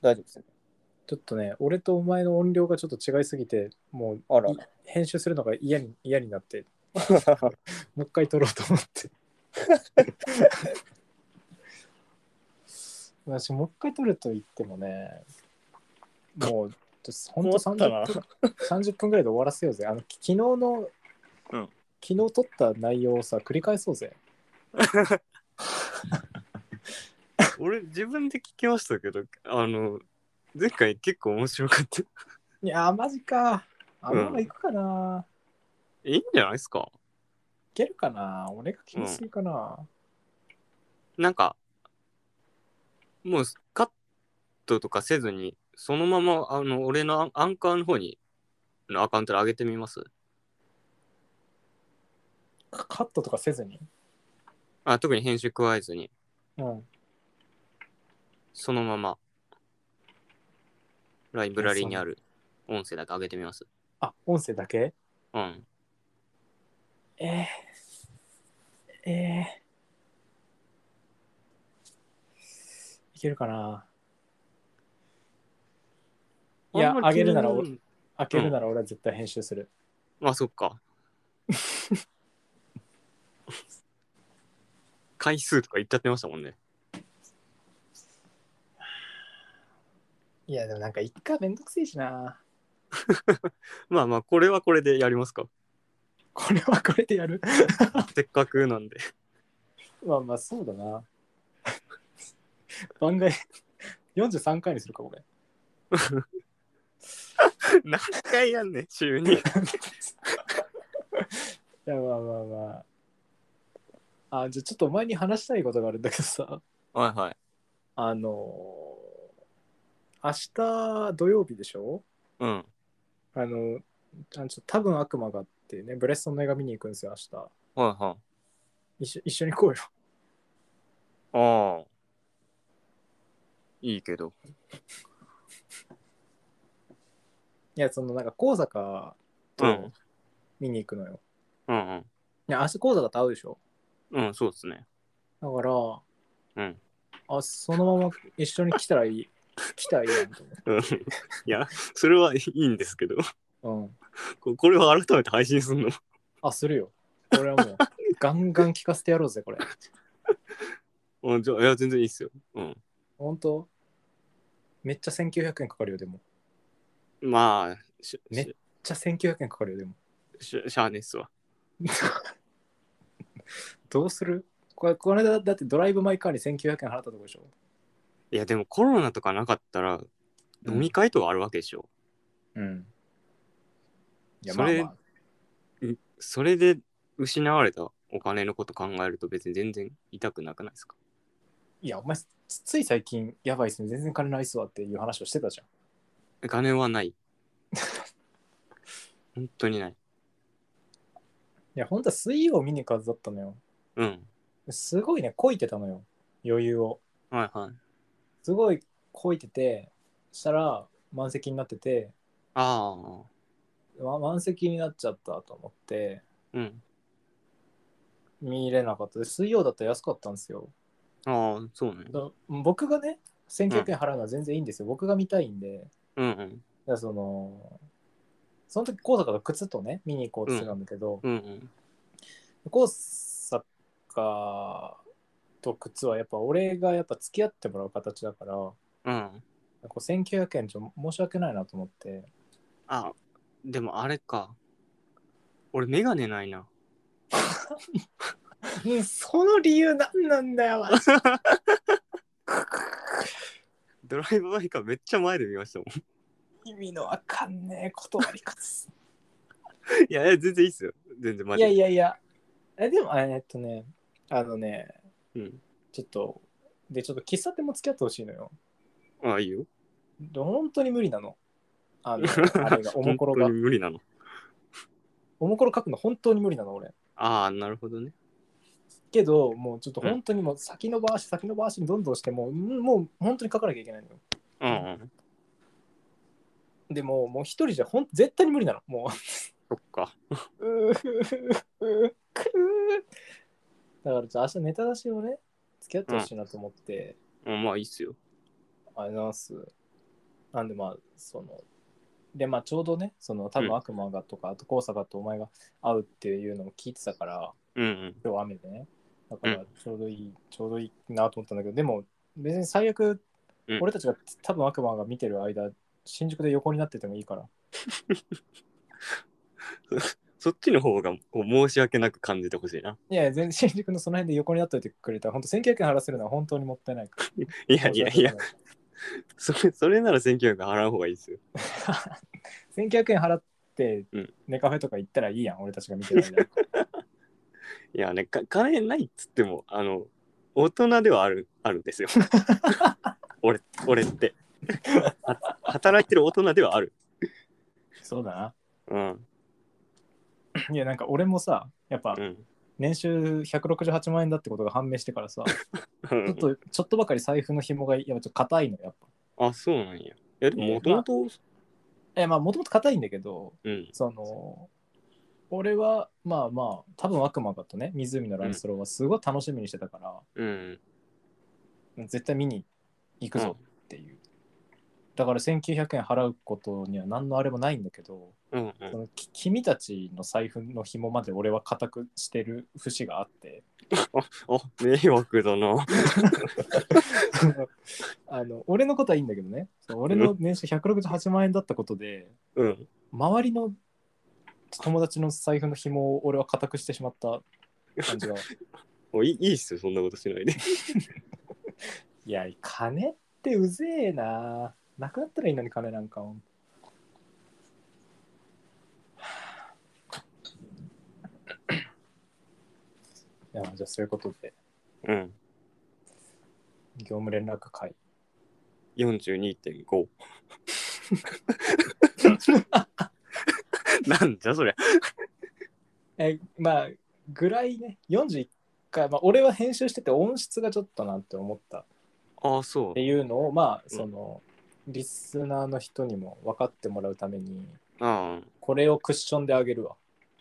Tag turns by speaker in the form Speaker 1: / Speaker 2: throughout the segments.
Speaker 1: 大丈夫ですね。
Speaker 2: ちょっとね、俺とお前の音量がちょっと違いすぎて、もう
Speaker 1: あら
Speaker 2: 編集するのが嫌に嫌に なって、
Speaker 1: あら。
Speaker 2: もう一回撮ろうと思って。 私、もう一回撮ると言ってもね、もう、ほんと
Speaker 1: 困ったな
Speaker 2: 30分 ,30 分ぐらいで終わらせようぜ。あの、き昨日の、
Speaker 1: うん
Speaker 2: 昨日撮った内容をさ、繰り返そうぜ。
Speaker 3: 俺、自分で聞きましたけど、あの、前回結構面白かった。
Speaker 2: いやー、マジか。あのままいくかな、
Speaker 3: いいんじゃないですか
Speaker 2: いけるかな俺が気にするかな、
Speaker 3: なんか、もうカットとかせずに、そのまま、あの、俺のアンアンカーの方に、のアカウントで上げてみます
Speaker 2: カカットとかせずに。
Speaker 3: あ特に編集加えずに、
Speaker 2: うん。
Speaker 3: そのまま、ライブラリにある音声だけ上げてみます
Speaker 2: あ、音声だけ
Speaker 3: うん。
Speaker 2: えー、えー、いけるかなや
Speaker 3: あんまり
Speaker 2: 上げるなら
Speaker 3: 気に
Speaker 2: 開けるなら俺は絶対編集する。
Speaker 3: まあそっ か。回数とか言っちゃってましたもんね。
Speaker 2: いや、でもなんか一回めんどくせえしな。
Speaker 3: まあまあ、これはこれでやり ますか。
Speaker 2: これはこれでやる
Speaker 3: せっかくなんで。
Speaker 2: まあまあそうだな。 番外43回にするか、これ。
Speaker 3: 何回やんねん、週に。
Speaker 2: いや、まあまあまあ。あ、じゃあちょっとお前に話したいことがあるんだけどさ、
Speaker 3: はいはい。
Speaker 2: あのー明日土曜日でしょ
Speaker 3: うん。
Speaker 2: あの、あのちょ多分悪魔がっていうね、ブレストンの映画見に行くんですよ、明日。
Speaker 3: はいはい。
Speaker 2: 一緒一緒に行こうよ。
Speaker 3: あ あ。いいけど。
Speaker 2: いや、そのなんか高坂
Speaker 3: う
Speaker 2: と
Speaker 3: ん
Speaker 2: 見に行くのよ。
Speaker 3: うん
Speaker 2: いや、明日高坂と会うでしょ
Speaker 3: うん。うん、そうですね。
Speaker 2: だから、
Speaker 3: うん。
Speaker 2: あ、そのまま一緒に来たらい い。来たらいいなと
Speaker 3: うんいや、それはいいんですけど、
Speaker 2: 思う。うん。
Speaker 3: ここれは改めて配信するの。
Speaker 2: あ、するよ。これはもう、ガンガン聞かせてやろうぜ、これ。
Speaker 3: うん、じゃあ、いや、全然いいっすよ。うん。
Speaker 2: ほんとめっちゃ1900円かかるよ、でも。めっ
Speaker 3: まあ、し
Speaker 2: ね
Speaker 3: し
Speaker 2: ちゃ1900円かかるよ、でも。
Speaker 3: ししゃあねっすわ。
Speaker 2: どうするこれ、この間だってドライブ・マイ・カーに1900円払ったとこでしょ
Speaker 3: いや、でもコロナとかなかったら、飲み会とかあるわけでしょ。
Speaker 2: うん。いや、
Speaker 3: そ
Speaker 2: まあ
Speaker 3: れ
Speaker 2: まあ、
Speaker 3: それで失われたお金のこと考えると別に全然痛くなくないですか
Speaker 2: いや、お前、つつい最近、やばいっすね、全然金ないっすわっていう話をしてたじゃん。
Speaker 3: 金は ない。本当にない。
Speaker 2: いや、本当は水曜見に行くはずだったのよ。
Speaker 3: うん。
Speaker 2: すごいね、こいてたのよ、余裕を。
Speaker 3: はいはい。
Speaker 2: すごいこいてて、したら満席になってて、
Speaker 3: ああ。
Speaker 2: わ満席になっちゃったと思って、
Speaker 3: うん。
Speaker 2: 見れなかったで、水曜だったら安かったんですよ。
Speaker 3: ああ、そうね。
Speaker 2: だ僕がね、1900円払うのは全然いいんですよ。僕が見たいんで、だか
Speaker 3: うんうん。
Speaker 2: らその、その時、高坂が靴とね、見に行こうってしてたんだけど、
Speaker 3: うんうん。
Speaker 2: 高坂と靴はやっぱ俺がやっぱ付き合ってもらう形だからこ
Speaker 3: うん。
Speaker 2: う1900円ちょ申し訳ないなと思って
Speaker 3: あ、でもあれか。俺、メガネないな。
Speaker 2: うんその理由なんなんだよ
Speaker 3: ドライブバイカーめっちゃ前で見ましたもん。
Speaker 2: 意味のわかんねえ断り方
Speaker 3: いや、いや全然いいっすよ。全 然マ
Speaker 2: い
Speaker 3: ジ
Speaker 2: や
Speaker 3: で。
Speaker 2: いやいやえでもえっとねあのね
Speaker 3: うん。
Speaker 2: ちょっとでちょっと喫茶店も付き合ってほしいのよ
Speaker 3: ああ、いいよ。
Speaker 2: で本当に無理なのあの あれがおもころ
Speaker 3: 本
Speaker 2: が
Speaker 3: 当に無理なの。
Speaker 2: おもころ書くの本当に無理なの俺
Speaker 3: ああ、なるほどね。
Speaker 2: けどもうちょっと本当にもう先延ばし先延ばしにどんどんしてもううんもう本当に書かなきゃいけないのよ
Speaker 3: うんうん。
Speaker 2: でももう一人じゃほん絶対に無理なのも
Speaker 3: そっか。
Speaker 2: ううーふーふーくーだからちょっと明日ネタ出しをね付き合ってほしいなと思って、
Speaker 3: うんまあいいっすよ。
Speaker 2: あれなんすなんでまあそのでまあちょうどねその多
Speaker 3: うん
Speaker 2: 分悪魔がとか、あと高坂とお前が会うっていうのを聞いてたから
Speaker 3: うんうん。
Speaker 2: 今日雨でねだからちょうどいい、ちょうどいいなと思ったんだけどでも別に最悪、
Speaker 3: うん
Speaker 2: 俺たちが多分悪魔が見てる間新宿で横になっててもいいから
Speaker 3: そっちの方がこう申し訳なく感じてほしいな。
Speaker 2: いやいや全然 新宿のその辺で横になっといてくれたら本当1900円払せるのは本当にもったいないから
Speaker 3: いやいやいや、それそれなら1900円払う方がいいですよ。
Speaker 2: 1900円払って
Speaker 3: うん
Speaker 2: ネカフェとか行ったらいいやん、俺たちが見てる 間
Speaker 3: いやね、か金ないっつっても、あの、大人ではある、あるんです よ。俺、俺って。は働いてる大人ではある。
Speaker 2: そうだ
Speaker 3: うん。
Speaker 2: な。いや、なんか俺もさ、やっぱ
Speaker 3: うん。
Speaker 2: 年収168万円だってことが判明してからさ、ち
Speaker 3: う
Speaker 2: ょ
Speaker 3: ん
Speaker 2: っとちょっとばかり財布の紐がやっぱちょっと硬いのよ、やっぱ。
Speaker 3: あ、そうなんや。いや、でも、もともと、
Speaker 2: え、まあもともと硬いんだけど、
Speaker 3: うん。
Speaker 2: その、俺はまあまあ、多分悪魔だとね、湖のランスローはすごい楽しみにしてたから、
Speaker 3: うん。
Speaker 2: 絶対見に行くぞっていう。だから1900円払うことには何のあれもないんだけど、
Speaker 3: うん。
Speaker 2: そ
Speaker 3: うん
Speaker 2: のき君たちの財布の紐まで俺は固くしてる節があって
Speaker 3: あ、迷惑だな。
Speaker 2: あの俺のことはいいんだけどねそう俺の年収168万円だったことで
Speaker 3: うん。
Speaker 2: 周りの友達の財布の紐を俺は固くしてしまった感じが
Speaker 3: もういいいいっすよ、そんなことしないで。
Speaker 2: いや金ってうぜえななくなったらいいのに金なんかはぁいやじゃあそういうことで
Speaker 3: うん。
Speaker 2: 業務連絡会
Speaker 3: 42.5なんじゃそりゃ
Speaker 2: えまあぐらいね41回、まあ、俺は編集してて音質がちょっとなんて思ったっ
Speaker 3: ああそう
Speaker 2: ていうのをまあその、リスナーの人にも分かってもらうために
Speaker 3: あ
Speaker 2: これをクッションであげるわ、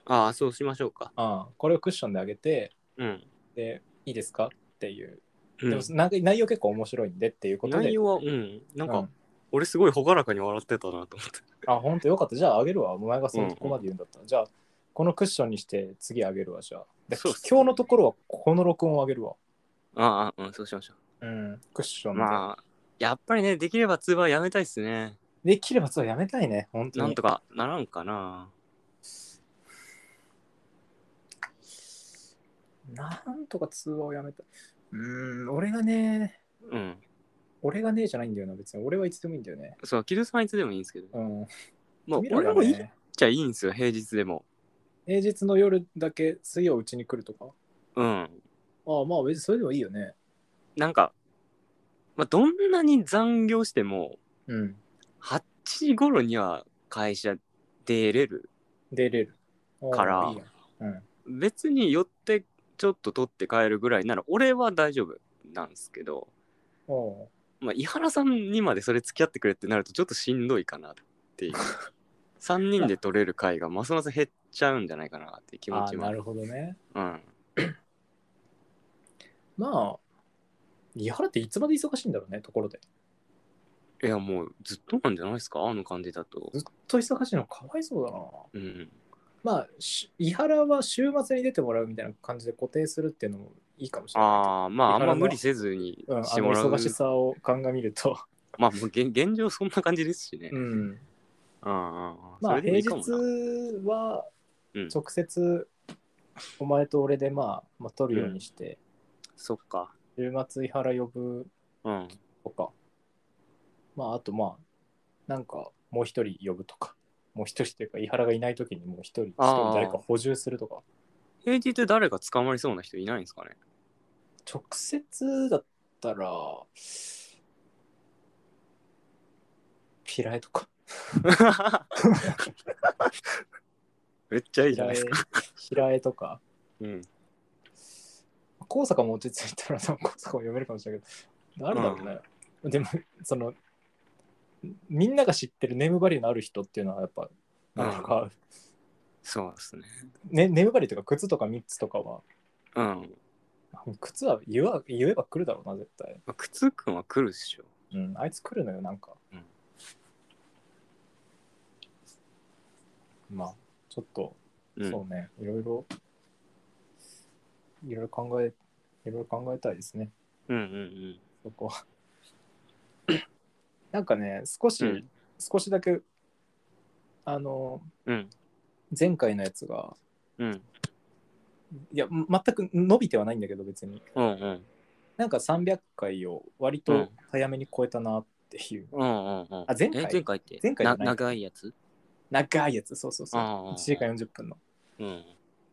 Speaker 3: あああそうしましょうか
Speaker 2: うん、これをクッションであげて
Speaker 3: うん、
Speaker 2: でいいですかっていう
Speaker 3: うん
Speaker 2: でもなんか内容結構面白いんでっていうことで
Speaker 3: 内容はうんなんか、
Speaker 2: うん
Speaker 3: 俺すごい朗らかに笑ってたなと思って
Speaker 2: あ本当よかったじゃああげるわお前がそのとこまで言うんだったら、じゃあこのクッションにして次あげるわじゃあで
Speaker 3: そうっすね
Speaker 2: 今日のところはこの録音をあげるわ、
Speaker 3: ああうんそうしましょ
Speaker 2: うん、クッショ
Speaker 3: う
Speaker 2: ンで、
Speaker 3: まあやっぱりねできれば通話やめたいっすね
Speaker 2: できればそうやめたいね本当に
Speaker 3: なんとかならんかな
Speaker 2: なんとか通話をやめた。うーん、俺がね、
Speaker 3: うん
Speaker 2: 俺がねじゃないんだよな、別に。俺はいつでもいいんだよね。
Speaker 3: そうキルさんいつでもいいんですけど
Speaker 2: うん。
Speaker 3: まあ
Speaker 2: 君ら
Speaker 3: 俺
Speaker 2: が
Speaker 3: もいいっ
Speaker 2: ね、
Speaker 3: ちゃいいんですよ平日でも
Speaker 2: 平日の夜だけ水曜うちに来るとか。
Speaker 3: うん
Speaker 2: ああ、まあ別にそれでもいいよね。
Speaker 3: なんか、まあ、どんなに残業しても
Speaker 2: うん。
Speaker 3: 8時頃には会社出れる
Speaker 2: 出れる。ああ
Speaker 3: から
Speaker 2: いいやうん。
Speaker 3: 別に寄ってちょっと取って帰るぐらいなら俺は大丈夫なんですけど、
Speaker 2: おう
Speaker 3: まあ、井原さんにまでそれ付き合ってくれってなるとちょっとしんどいかなって いう3人で取れる回がますます減っちゃうんじゃないかなっていう気持
Speaker 2: ああ、
Speaker 3: ちも
Speaker 2: なるほどね。
Speaker 3: うん、
Speaker 2: まあ、井原っていつまで忙しいんだろうね、ところで。
Speaker 3: いやもうずっとなんじゃないですかあの感じだと
Speaker 2: ずっと忙しいのかわいそうだな。
Speaker 3: うん
Speaker 2: まあ、し井原は週末に出てもらうみたいな感じで固定するっていうのもいいかもしれないけど。
Speaker 3: ああまああん
Speaker 2: 井原
Speaker 3: ま
Speaker 2: の
Speaker 3: 無理せずに
Speaker 2: うん、あ
Speaker 3: してもらう、
Speaker 2: の忙しさを鑑みる と、
Speaker 3: まあもう現現状そんな感じですしね、
Speaker 2: ん、
Speaker 3: うんうんうん
Speaker 2: まあ
Speaker 3: それでも
Speaker 2: 平
Speaker 3: いいかも
Speaker 2: 日
Speaker 3: な
Speaker 2: は
Speaker 3: うん
Speaker 2: 直接お前と俺でまあ、まあ、取るようにして、
Speaker 3: そっか
Speaker 2: 週末井原呼ぶ
Speaker 3: うん
Speaker 2: とか、まああとまあ、なんかもう一人呼ぶとか、もう一人というか井原がいない時にもう一人、一
Speaker 3: あー
Speaker 2: 人誰か補充するとか、
Speaker 3: 平日誰か捕まりそうな人いないんですかね
Speaker 2: 直接だったら、ピラエとか。
Speaker 3: めっちゃいい
Speaker 2: 平
Speaker 3: じゃないですか。
Speaker 2: 平江とか。
Speaker 3: うん、
Speaker 2: 高坂も落ち着いたら多分高坂も読めるかもしれないけど、誰だろうね。でも、その、みんなが知ってるネームバリューのある人っていうのはやっぱ、なかなか、
Speaker 3: そうですね。
Speaker 2: ね、ネームバリューというか靴とか3つとかは、
Speaker 3: うん。
Speaker 2: 靴は言わ言えば来るだろうな、絶対。
Speaker 3: まあ、靴くんは来るっしょ。
Speaker 2: うん、あいつ来るのよ、なんか。
Speaker 3: うん
Speaker 2: まあ、ちょっと、
Speaker 3: うん、
Speaker 2: そうね、いろいろ、いろいろ考え、いろいろ考えたいですね、
Speaker 3: うんうん
Speaker 2: そ こは。なんかね、少し、
Speaker 3: うん
Speaker 2: 少しだけ、あの、
Speaker 3: うんうん
Speaker 2: 前回のやつが、
Speaker 3: うん
Speaker 2: いや、全く伸びてはないんだけど、別に。
Speaker 3: うんうん
Speaker 2: なんか300回を割と早めに超えたなっていう。
Speaker 3: うんうんうん
Speaker 2: あ前回
Speaker 3: え前回って
Speaker 2: 前回じゃ
Speaker 3: な
Speaker 2: ない
Speaker 3: 長いやつ
Speaker 2: 長いやつ、そうそうそう。
Speaker 3: ああ
Speaker 2: 1時間40分の。
Speaker 3: うん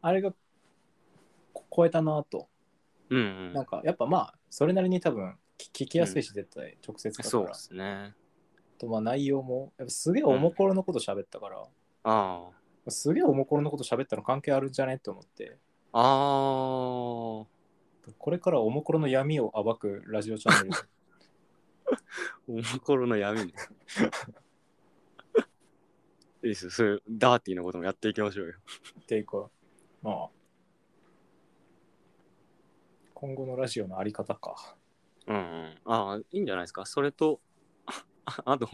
Speaker 2: あれがこ超えたなと。
Speaker 3: うんう
Speaker 2: なん
Speaker 3: ん
Speaker 2: かやっぱまあ、それなりに多分聞聞きやすいし、絶対直接だか
Speaker 3: そう
Speaker 2: ら
Speaker 3: で。すね
Speaker 2: とまあ内容も、やっぱすげえおもころのこと喋ったから、
Speaker 3: あ
Speaker 2: すげえおもころのこと喋ったの関係あるんじゃねって思って、
Speaker 3: ああー
Speaker 2: これからおもころの闇を暴くラジオチャンネ
Speaker 3: お
Speaker 2: ル。
Speaker 3: もころの 闇ねいいっすよそういうダーティーなこともやっていきましょうよ
Speaker 2: っていうか、まあ、今後のラジオのあり方か。
Speaker 3: うんうんああいいんじゃないですかそれと ああと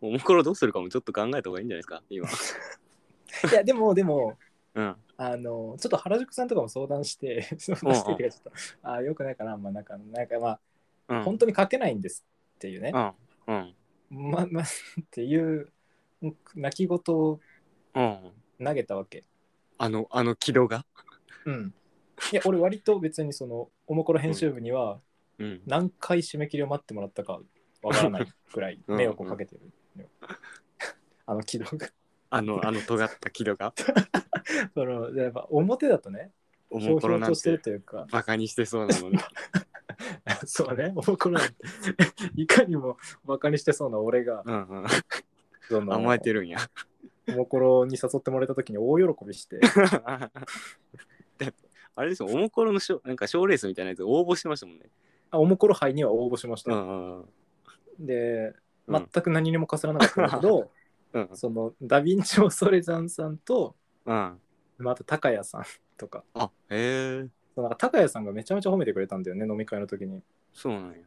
Speaker 3: おもころどうするかもちょっと考えた方がいいんじゃないですか今
Speaker 2: いや、でも、でも、
Speaker 3: うん
Speaker 2: あの、ちょっと原宿さんとかも相談して、 相談してっていうか、ちょっと、ああ、よくないかな、まあ、なんか、なんか、ま
Speaker 3: う
Speaker 2: あ、
Speaker 3: ん
Speaker 2: 本当に書けないんですっていうね、
Speaker 3: うんうん
Speaker 2: まあ、 まあ、っていう、泣き言を
Speaker 3: うん
Speaker 2: 投げたわけ。
Speaker 3: あのあの軌道が
Speaker 2: うん。いや、俺、割と別に、その、おもころ編集部には、
Speaker 3: うん
Speaker 2: 何回締め切りを待ってもらったかわからないくらい、
Speaker 3: うん
Speaker 2: 迷惑をかけてるよ。 あの、軌道が。
Speaker 3: あのあの尖った軌道が
Speaker 2: そのやっぱ表だとね、
Speaker 3: お
Speaker 2: ひょ
Speaker 3: も
Speaker 2: うひ
Speaker 3: こ
Speaker 2: ょ
Speaker 3: ろ
Speaker 2: う
Speaker 3: なん
Speaker 2: としてる
Speaker 3: て
Speaker 2: というか、
Speaker 3: バカにしてそうなのに
Speaker 2: そうね、おもころなんて いかにもバカにしてそうな俺が、
Speaker 3: うんうん
Speaker 2: その
Speaker 3: 甘えてるんや
Speaker 2: おもころに誘ってもらえたときに大喜 びして、
Speaker 3: であれですよおもころのショーなんか賞レースみたいなやつ応募してましたもんね
Speaker 2: あおもころ杯には応募しまし
Speaker 3: う
Speaker 2: た。
Speaker 3: んうんうん
Speaker 2: で、
Speaker 3: うん
Speaker 2: 全く何にもかすらなかったんだけど、
Speaker 3: うん
Speaker 2: そのダヴィンチョ・ソレザンさんと、
Speaker 3: うん
Speaker 2: また高谷さんとか、
Speaker 3: あへえ
Speaker 2: そのなんか高谷さんがめちゃめちゃ褒めてくれたんだよね、飲み会の時に。
Speaker 3: そうなんや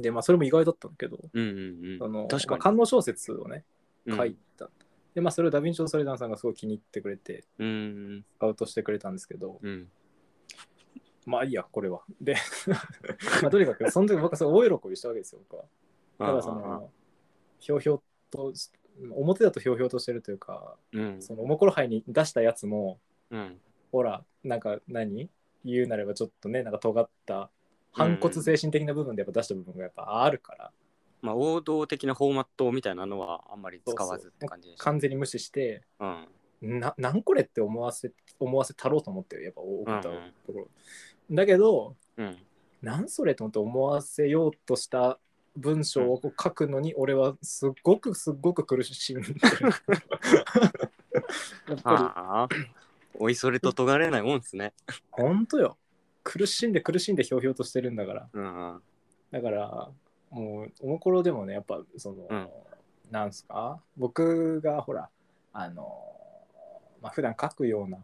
Speaker 2: で、まあ、それも意外だったんだけど、
Speaker 3: うんう
Speaker 2: そ
Speaker 3: んう
Speaker 2: の
Speaker 3: ん確か
Speaker 2: まあ
Speaker 3: に
Speaker 2: 観音小説をね、
Speaker 3: うん
Speaker 2: 書いた。で、まあ、それをダヴィンチョ・ソレザンさんがすごい気に入ってくれて、
Speaker 3: うん
Speaker 2: スカウトしてくれたんですけど、
Speaker 3: うん
Speaker 2: まあいいや、これは。で、 まあとにかく、その時僕はすごい大喜びしたわけですよ、僕は。ただその、ひょうひょうとし、表だとひょうひょうとしてるというか、
Speaker 3: うん
Speaker 2: そのおもころ杯に出したやつも、
Speaker 3: うん
Speaker 2: ほら、なんか何言うなればちょっとね、なんか尖った、反骨精神的な部分でやっぱ出した部分がやっぱあるから、
Speaker 3: まあ王道的なフォーマットみたいなのはあんまり使わずって感じでした
Speaker 2: 完全に無視して、
Speaker 3: うん
Speaker 2: な、なんこれって思わせ、思わせたろうと思ってる、やっぱ怒ったと
Speaker 3: うんうん
Speaker 2: ころ。だけど、
Speaker 3: うん
Speaker 2: なんそれと思って思わせようとした文章を書くのに俺はすっごくすっごく苦しん でるやっぱ
Speaker 3: ああ おいそれと尖れないもんですね
Speaker 2: り本当よ苦しんで苦しんでひょうひょうとしてるんだから
Speaker 3: うんうん
Speaker 2: だからもうおもころでもねやっぱその、
Speaker 3: うん
Speaker 2: なんすか僕がほらあのまあ普段書くような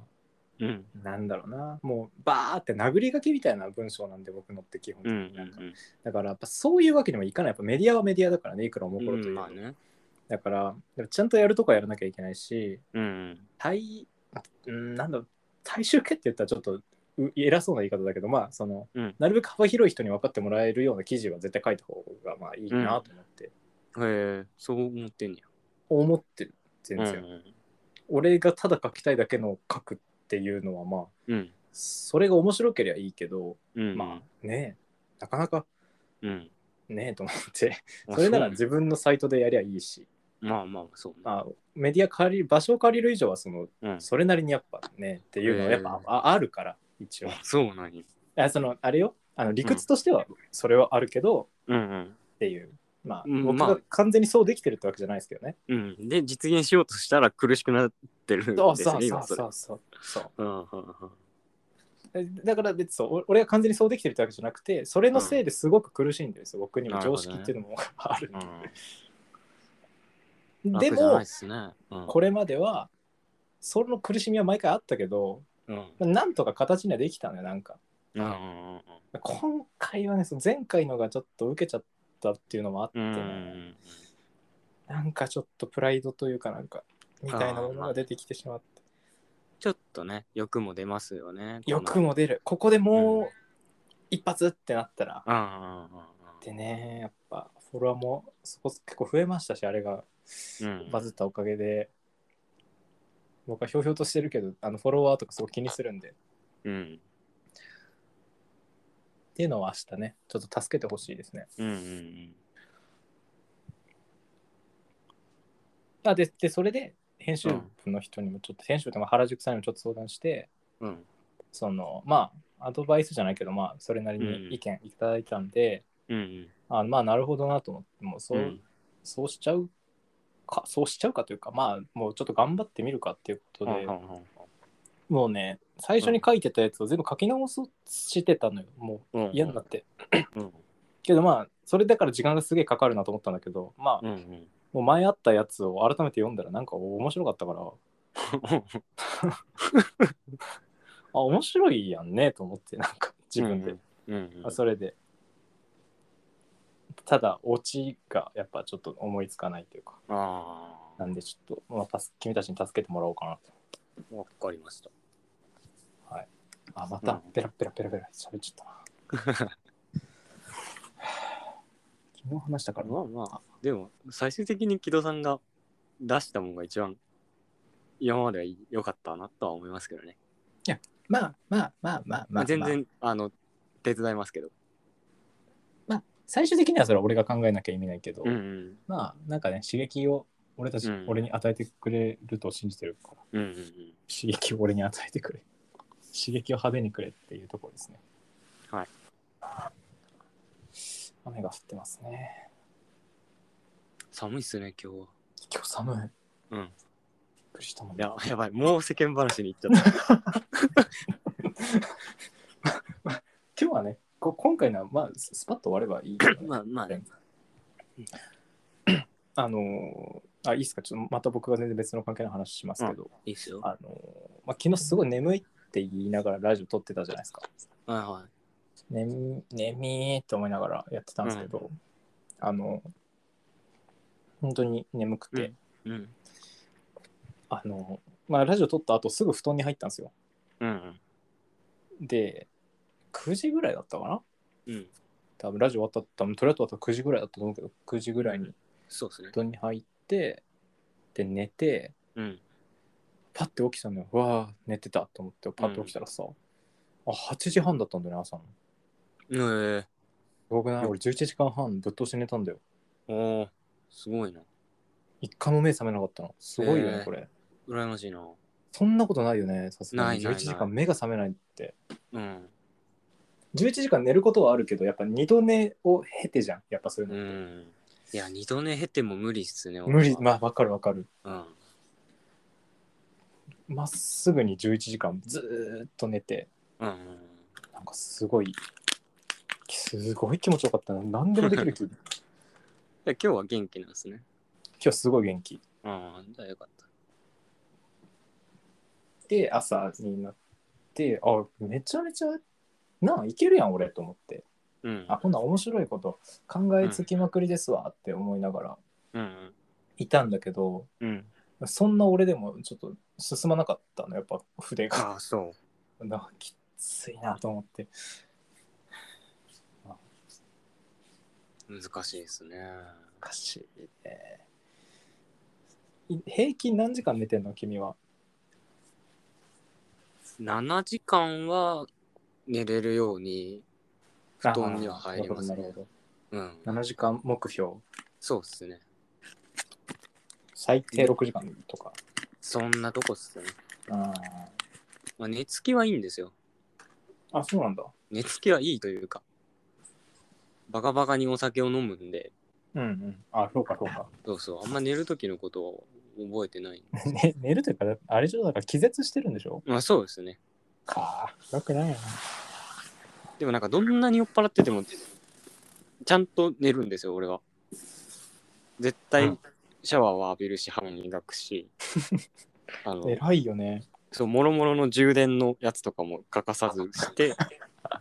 Speaker 3: うん
Speaker 2: なんだろうなもうバーって殴り書きみたいな文章なんで僕のって基本
Speaker 3: う
Speaker 2: 的
Speaker 3: んう
Speaker 2: になん
Speaker 3: ん
Speaker 2: か、だからやっぱそういうわけにもいかないやっぱメディアはメディアだからねいくらおも
Speaker 3: う
Speaker 2: ころとい
Speaker 3: ん
Speaker 2: う、
Speaker 3: まあね
Speaker 2: だから、でもちゃんとやるとこはやらなきゃいけないし、
Speaker 3: うん
Speaker 2: 対、うんなんだろう、大衆系って言ったらちょっとう偉そうな言い方だけど、まあ、その、
Speaker 3: うん
Speaker 2: なるべく幅広い人に分かってもらえるような記事は絶対書いた方がまあいいなと思って、
Speaker 3: へえそう思ってんね
Speaker 2: 思ってる、全
Speaker 3: や
Speaker 2: 然、俺がただ書きたいだけの書くっていうのは、まあ、
Speaker 3: うん
Speaker 2: それが面白ければいいけど、
Speaker 3: うん
Speaker 2: まあねえ、なかなか
Speaker 3: うん
Speaker 2: ねえと思って、それなら自分のサイトでやりゃいいし、
Speaker 3: まあまあそうね
Speaker 2: まあ、メディア借りる、場所を借りる以上は、その、
Speaker 3: うん
Speaker 2: それなりにやっぱねっていうのはやっぱああるから一応
Speaker 3: そうなんや
Speaker 2: あそのあれよあの理屈としてはそれはあるけど、
Speaker 3: うんうん
Speaker 2: っていうまあ
Speaker 3: うん
Speaker 2: 僕
Speaker 3: まあ
Speaker 2: が完全にそうできてるってわけじゃないですけどね、
Speaker 3: うん、で実現しようとしたら苦しくなってるんですよ
Speaker 2: そうそ
Speaker 3: ね
Speaker 2: うそ
Speaker 3: 今
Speaker 2: う
Speaker 3: それ
Speaker 2: そうそうそ
Speaker 3: う
Speaker 2: う
Speaker 3: んうんうん
Speaker 2: だから別にそうお俺が完全にそうできてるってわけじゃなくてそれのせいですごく苦しいんですよ、僕にも常識っていうのもある
Speaker 3: うん
Speaker 2: で
Speaker 3: 楽じゃない
Speaker 2: も
Speaker 3: っすねうん
Speaker 2: これまではその苦しみは毎回あったけど
Speaker 3: うん
Speaker 2: なんとか形にはできたのよなんか
Speaker 3: うんうんうん
Speaker 2: 今回はねその前回のがちょっと受けちゃったっていうのもあって
Speaker 3: うん
Speaker 2: ね、
Speaker 3: うんうん
Speaker 2: なんかちょっとプライドというかなんかみたいなものが出てきてしまって。
Speaker 3: ちょっとね、欲も出ますよね。
Speaker 2: 欲
Speaker 3: も。
Speaker 2: も出る。ここでもう一発ってなったら。
Speaker 3: うんうんうん
Speaker 2: でね、やっぱフォロワーもそこ結構増えましたし、あれが
Speaker 3: うん。うん
Speaker 2: バズったおかげで。僕はひょうひょうとしてるけど、あのフォロワーとかすごい気にするんで。っ
Speaker 3: うん。
Speaker 2: ていうのは明日ね、ちょっと助けてほしいですね。
Speaker 3: うんうんうん。
Speaker 2: あででそれで編集部の人にもちょっと、編集部とか原宿さんにもちょっと相談して
Speaker 3: うん。
Speaker 2: そのまあアドバイスじゃないけどまあそれなりに意見いただいたんで、
Speaker 3: うん
Speaker 2: あまあなるほどなと思ってもう
Speaker 3: う
Speaker 2: そう,、
Speaker 3: ん。
Speaker 2: そうしちゃうかそうしちゃうかというかまあもうちょっと頑張ってみるかっていうこと
Speaker 3: うん
Speaker 2: で、
Speaker 3: うんうん
Speaker 2: もうね最初に書いてたやつを全部書き直そうしてたのよも
Speaker 3: うん
Speaker 2: う嫌になって、
Speaker 3: うん
Speaker 2: けどまあそれだから時間がすげえかかるなと思ったんだけどまあ、
Speaker 3: うんうん。
Speaker 2: もう前あったやつを改めて読んだらなんか面白かったから あ面白いやんねと思ってなんか自分で、
Speaker 3: うんうん
Speaker 2: あそれでただオチがやっぱちょっと思いつかないというか
Speaker 3: ああ
Speaker 2: な。んでちょっと、まあ、助君たちに助けてもらおうかなと
Speaker 3: わかりました。
Speaker 2: あまた
Speaker 3: うん
Speaker 2: ペラペラペラペラ喋っちゃっ たな昨日話したからな
Speaker 3: まあまあ、でも、最終的に木戸さんが出したもんが一番、今までは良かったなとは思いますけどね。
Speaker 2: まあまあまあまあまあ、
Speaker 3: 全然、あの、手伝いますけど。
Speaker 2: 最終的にはそれは俺が考えなきゃ意味ないけど、
Speaker 3: うんうん。
Speaker 2: まあなんかね刺激を俺たち、
Speaker 3: うん
Speaker 2: 俺に与えてくれると信じてるから
Speaker 3: うんうんうん。
Speaker 2: 刺激を俺に与えてくれ刺激を派手にくれっていうところですね
Speaker 3: はい
Speaker 2: 雨が降ってますね
Speaker 3: 寒いっすね、今日は。
Speaker 2: 今日寒いびっ
Speaker 3: うん。
Speaker 2: くりしたもん
Speaker 3: いや、やばい。もう世間話に行っちゃった。
Speaker 2: 今日はねこ今回のはまあススパッと終わればいいけど ね、
Speaker 3: まあまあね。
Speaker 2: あのーあいいですかちょっとまた僕が全然別の関係の話しますけど、
Speaker 3: いいっすよ。は
Speaker 2: あのーまあ、昨日すごい眠いって言いながらラジオ撮ってたじゃないですか
Speaker 3: いはい。
Speaker 2: 眠眠ーって思いながらやってたんですけど、あの本当に眠くて、
Speaker 3: うん。
Speaker 2: あのまあラジオ撮った後すぐ布団に入ったんですよ
Speaker 3: うん
Speaker 2: で9時ぐらいだったかな
Speaker 3: うん。うん。
Speaker 2: 多分ラジオ終わった多分撮り終わった後9時ぐらいだったと思うけど9時ぐらいに
Speaker 3: そうっすね
Speaker 2: 布。団に入ってで寝て
Speaker 3: うん。
Speaker 2: パッて起きたのよわあ寝てたと思ってパッて起きたらさ、あ8時半だったんだよね朝の
Speaker 3: ええ
Speaker 2: すごくない俺11時間半ぶっ通して寝たんだよ
Speaker 3: おー、すごいな。
Speaker 2: 一回も目覚めなかったのすごいよね、
Speaker 3: へえ
Speaker 2: これ
Speaker 3: 羨ましいな。
Speaker 2: そんなことないよね、さすが
Speaker 3: な
Speaker 2: に。
Speaker 3: いないない
Speaker 2: 11時間目が覚めないって。
Speaker 3: うん。
Speaker 2: 11時間寝ることはあるけど、やっぱ二度寝を経てじゃん。やっぱそういう
Speaker 3: う
Speaker 2: のっ
Speaker 3: ん。い
Speaker 2: て。
Speaker 3: や、二度寝経ても無理っすね。
Speaker 2: 無理、まあ、わかるわかる。
Speaker 3: あ。
Speaker 2: まっすぐに11時間ずーっと寝て、
Speaker 3: うん。うんうん。
Speaker 2: なんかすごい、すごい気持ちよかったな。何でもできる気。今
Speaker 3: いや今日は元気なんですね。
Speaker 2: 日すごい元気。
Speaker 3: ああ、じゃあよかった。
Speaker 2: で、朝になって、あ、めちゃめちゃ、なあ、いけるやん、俺、と思って。
Speaker 3: うん。
Speaker 2: あ、こんなん面白いこと考えつきまくりですわって思いながら
Speaker 3: うん
Speaker 2: いたんだけど、
Speaker 3: うん。うん。
Speaker 2: そんな俺でもちょっと進まなかったのやっぱ筆が
Speaker 3: ああ、そう。
Speaker 2: なんかきついなと思って
Speaker 3: 難しいですね。
Speaker 2: おかしいねい平均何時間寝てんの君は
Speaker 3: 7時間は寝れるように布団には入ります
Speaker 2: あーなる
Speaker 3: ね。
Speaker 2: ほど
Speaker 3: うん。
Speaker 2: 7時間目標
Speaker 3: そうっすね。
Speaker 2: 最低6時間とか、
Speaker 3: そんなとこっすね。
Speaker 2: あ
Speaker 3: まあ、寝つきはいいんですよ。
Speaker 2: ーあそうなんだ
Speaker 3: 寝つきはいいというか、バカバカにお酒を飲むんで、
Speaker 2: うんうんあそうかそうか、
Speaker 3: そうそう、あんま寝る時のことを覚えて ない。
Speaker 2: ね、寝るというかあれじゃだから気絶してるんでしょ
Speaker 3: まあそうですね。
Speaker 2: かよくないよね
Speaker 3: でもなんかどんなに酔っ払ってても、ちゃんと寝るんですよ、俺は。絶
Speaker 2: う
Speaker 3: 対
Speaker 2: ん
Speaker 3: シャワーは浴びるし、歯も磨く し、あの、
Speaker 2: 偉いよね
Speaker 3: そう、もろもろの充電のやつとかも欠かさずして、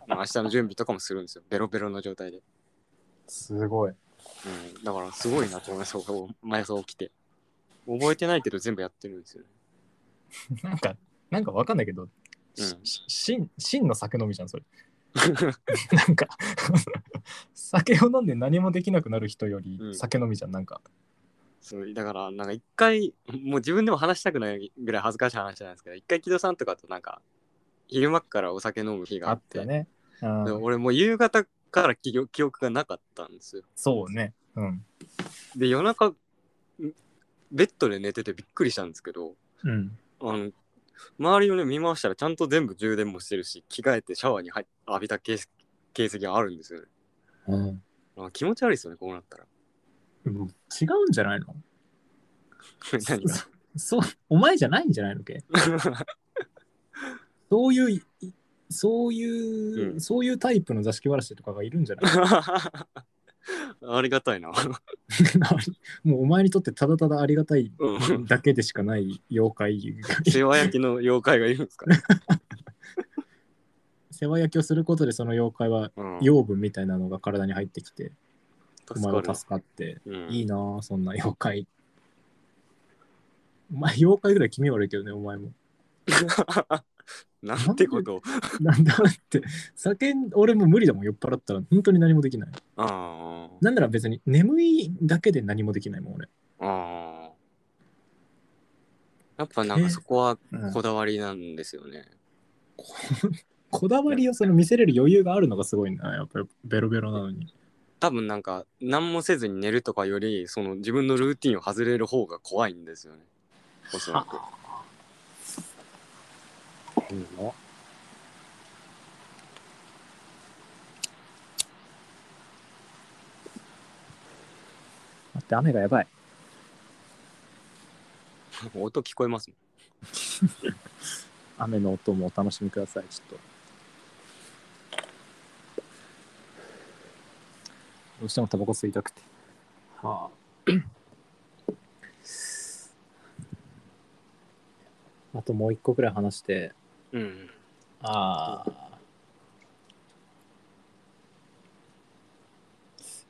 Speaker 3: まあ明日の準備とかもするんですよ。ベロベロの状態で。
Speaker 2: すごい
Speaker 3: うん、だからすごいなと思います、そう毎朝起きて。覚えてないけど全部やってるんですよね。
Speaker 2: なんか、なんかわかんないけど、し
Speaker 3: うん
Speaker 2: し真真の酒飲みじ ゃん、それ。なんか、酒を飲んで何もできなくなる人よ
Speaker 3: う
Speaker 2: り
Speaker 3: ん
Speaker 2: 酒飲みじゃん、なんか。
Speaker 3: そうだからなんか一回もう自分でも話したくないぐらい恥ずかしい話じゃないですけど一回木戸さんとかとなんか昼間っからお酒飲む日が
Speaker 2: あ
Speaker 3: あ
Speaker 2: っ
Speaker 3: って
Speaker 2: たね。うん
Speaker 3: で俺もう夕方から記憶記憶がなかったんですよ
Speaker 2: そうね。うん。
Speaker 3: で夜中んベッドで寝ててびっくりしたんですけど
Speaker 2: うん。
Speaker 3: あの周りをね見回したらちゃんと全部充電もしてるし着替えてシャワーに入っ浴びた形形跡があるんですよね
Speaker 2: うん、
Speaker 3: あ気持ち悪いですよねこうなったら
Speaker 2: 違うんじゃないの
Speaker 3: 何が
Speaker 2: そう、お前じゃないんじゃないのけそういうい、そういう、
Speaker 3: うん
Speaker 2: そういうタイプの座敷わらしとかがいるんじゃない
Speaker 3: ありがたいな。
Speaker 2: もうお前にとってただただありがたい
Speaker 3: うん
Speaker 2: だけでしかない妖怪
Speaker 3: 世話焼きの妖怪がいるんですか、
Speaker 2: 世話焼きをすることでその妖怪は
Speaker 3: うん、
Speaker 2: 養分みたいなのが体に入ってきて、お
Speaker 3: 助
Speaker 2: 前
Speaker 3: かる
Speaker 2: は助かって、
Speaker 3: うん
Speaker 2: いいなぁそんな妖怪お前妖怪ぐらい気味悪いけどねお前も
Speaker 3: なんてことを。
Speaker 2: なんだって酒俺も無理だもん酔っ払ったら本当に何もできない
Speaker 3: あ
Speaker 2: なんなら別に眠いだけで何もできないもん俺、
Speaker 3: あ。ああ。やっぱなんかそこはこだわりなんですよね。
Speaker 2: こだわりをその見せれる余裕があるのがすごいなやっぱりベロベロなのに
Speaker 3: 多分なんか何もせずに寝るとかよりその自分のルーティンを外れる方が怖いんですよね。おそらく。
Speaker 2: うん待って雨がやばい
Speaker 3: 音聞こえますもん。
Speaker 2: 雨の音もお楽しみくださいちょっとどうしてもタバコ吸いたくてはああともう一個くらい話して
Speaker 3: うん。
Speaker 2: ああ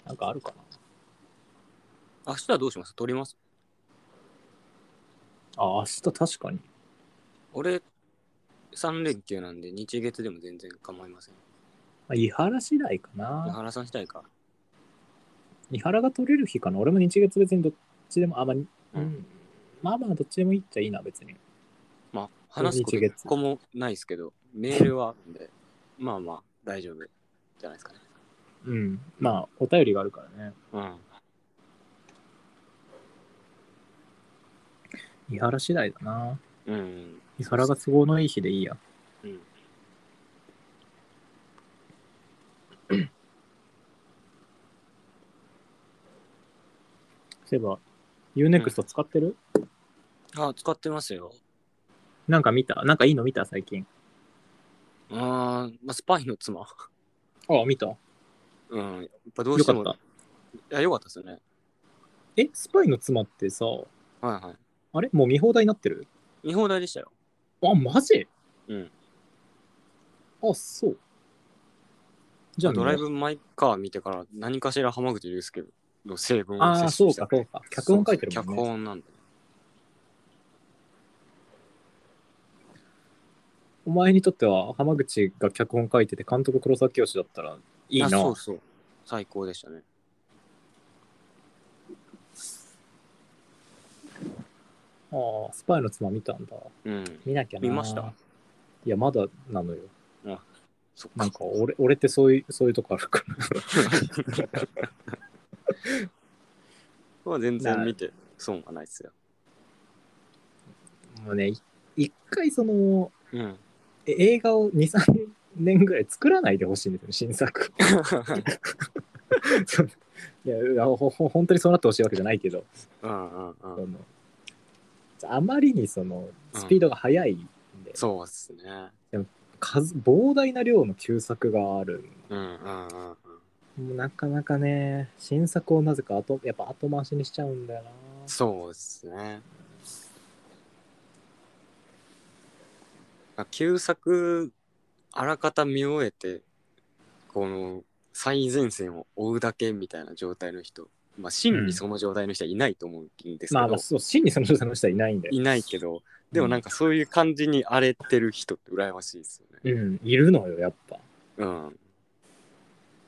Speaker 2: なんかあるかな
Speaker 3: 明日はどうします撮ります
Speaker 2: あ明日確かに
Speaker 3: 俺3連休なんで日月でも全然構いません。
Speaker 2: まあ伊原次第かな
Speaker 3: 野原さんしたいか。
Speaker 2: 三原が取れる日かな俺も日月別にどっちでもあまあうん、まあまあどっちでもいいっちゃいいな別に
Speaker 3: まあ、話すこと
Speaker 2: 日月
Speaker 3: 一個もないですけど、メールはあるんで、まあまあ、大丈夫じゃないですかね。
Speaker 2: うんまあお便りがあるからね
Speaker 3: うん。
Speaker 2: 三原次第だな
Speaker 3: うん。
Speaker 2: 三原が都合のいい日でいいや
Speaker 3: うん。
Speaker 2: そういえば UNEXT 使ってる、
Speaker 3: あ、使ってますよ。
Speaker 2: なんか見たなんかいいの見た最近
Speaker 3: あーまあ、スパイの妻。
Speaker 2: ああ見たよ
Speaker 3: うん。やっぱどうして
Speaker 2: か
Speaker 3: も。
Speaker 2: った
Speaker 3: いや、よかったですよね。
Speaker 2: えスパイの妻ってさ
Speaker 3: はいは
Speaker 2: あれもう見放題になってる
Speaker 3: い。見放題でしたよ。
Speaker 2: あマジ
Speaker 3: うん
Speaker 2: あそうじゃあ
Speaker 3: ドライ
Speaker 2: もう
Speaker 3: ブ・マイ・カー見てから何かしら浜口竜介の成分を
Speaker 2: ああ
Speaker 3: 摂
Speaker 2: そ
Speaker 3: 取
Speaker 2: う
Speaker 3: した
Speaker 2: かそうか脚本書いてるもんね
Speaker 3: 脚本なんで。
Speaker 2: お前にとっては浜口が脚本書いてて監督黒沢清だったらいいな
Speaker 3: あそうそう。最高でしたね。
Speaker 2: ああスパイの妻見たんだ
Speaker 3: うん。
Speaker 2: 見なきゃな
Speaker 3: 見ました
Speaker 2: いやまだなのよ
Speaker 3: そっ
Speaker 2: なん
Speaker 3: か。
Speaker 2: か俺俺ってそういうそういうとこあるから
Speaker 3: まあ全然見て損はないですよ。
Speaker 2: もうねい一回その
Speaker 3: うん。
Speaker 2: え映画を23年ぐらい作らないでほしいんですよね新作そういやいやほほ本当にそうなってほしいわけじゃないけど、
Speaker 3: うんうんうん
Speaker 2: そ。のあまりにそのスピードが速いんで、
Speaker 3: そうですね。
Speaker 2: 数膨大な量の旧作がある
Speaker 3: うんうんうんうん。
Speaker 2: もうなかなかね新作をなぜか後やっぱ後回しにしちゃうんだよな
Speaker 3: そうですね。あ旧作、あらかた見終えて、この最前線を追うだけみたいな状態の人、まあ、真にその状態の人はいないと思うんですけど、
Speaker 2: まあまあ、そう、真にその状態の人はいないんで。
Speaker 3: いないけど、でもなんかそういう感じに荒れてる人って羨ましいですよね。
Speaker 2: うん、いるのよ、やっぱ。
Speaker 3: うん。うん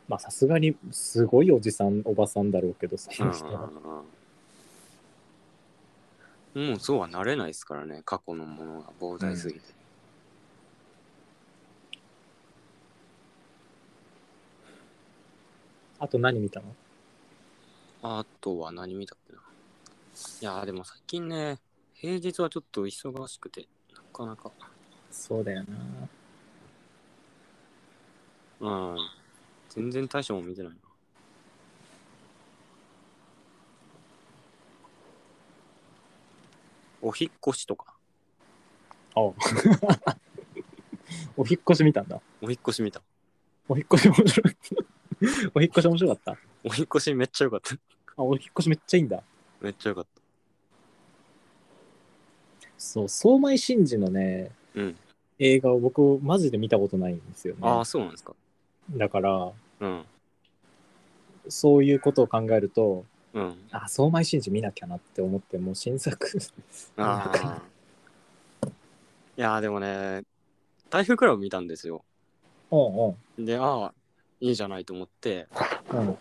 Speaker 2: まあ、さすがに、すごいおじさん、おばさんだろうけど、その人は。
Speaker 3: うんもうそうはなれないですからね、過去のものが膨大すぎて。
Speaker 2: あと何見たの
Speaker 3: あとは何見たっけな。いやー、でも最近ね、平日はちょっと忙しくて、なかなか。
Speaker 2: そうだよな。
Speaker 3: うん。全然大将も見てないな。お引っ越しとか。
Speaker 2: お引っ越し見たんだ。
Speaker 3: お引っ越し見た。
Speaker 2: お引っ越し面白かった。 お引っ越し面白かった。
Speaker 3: お引っ越しめっちゃ良かった。
Speaker 2: あ、お引っ越しめっちゃいいんだ。
Speaker 3: めっちゃ良かっ
Speaker 2: そう、相米真司のね、
Speaker 3: た。うん。
Speaker 2: 映画を僕、マジで見たことないんですよね。
Speaker 3: ああ、そうなんですか。
Speaker 2: だから、
Speaker 3: うん。
Speaker 2: そういうことを考えると、
Speaker 3: うん。
Speaker 2: あ、相米真司見なきゃなって思って、もう新作。
Speaker 3: ああ。いやー、でもね、台風クラブ見たんですよ。
Speaker 2: うん
Speaker 3: で、ああ、いいじゃないと思って、
Speaker 2: うん。うん。
Speaker 3: も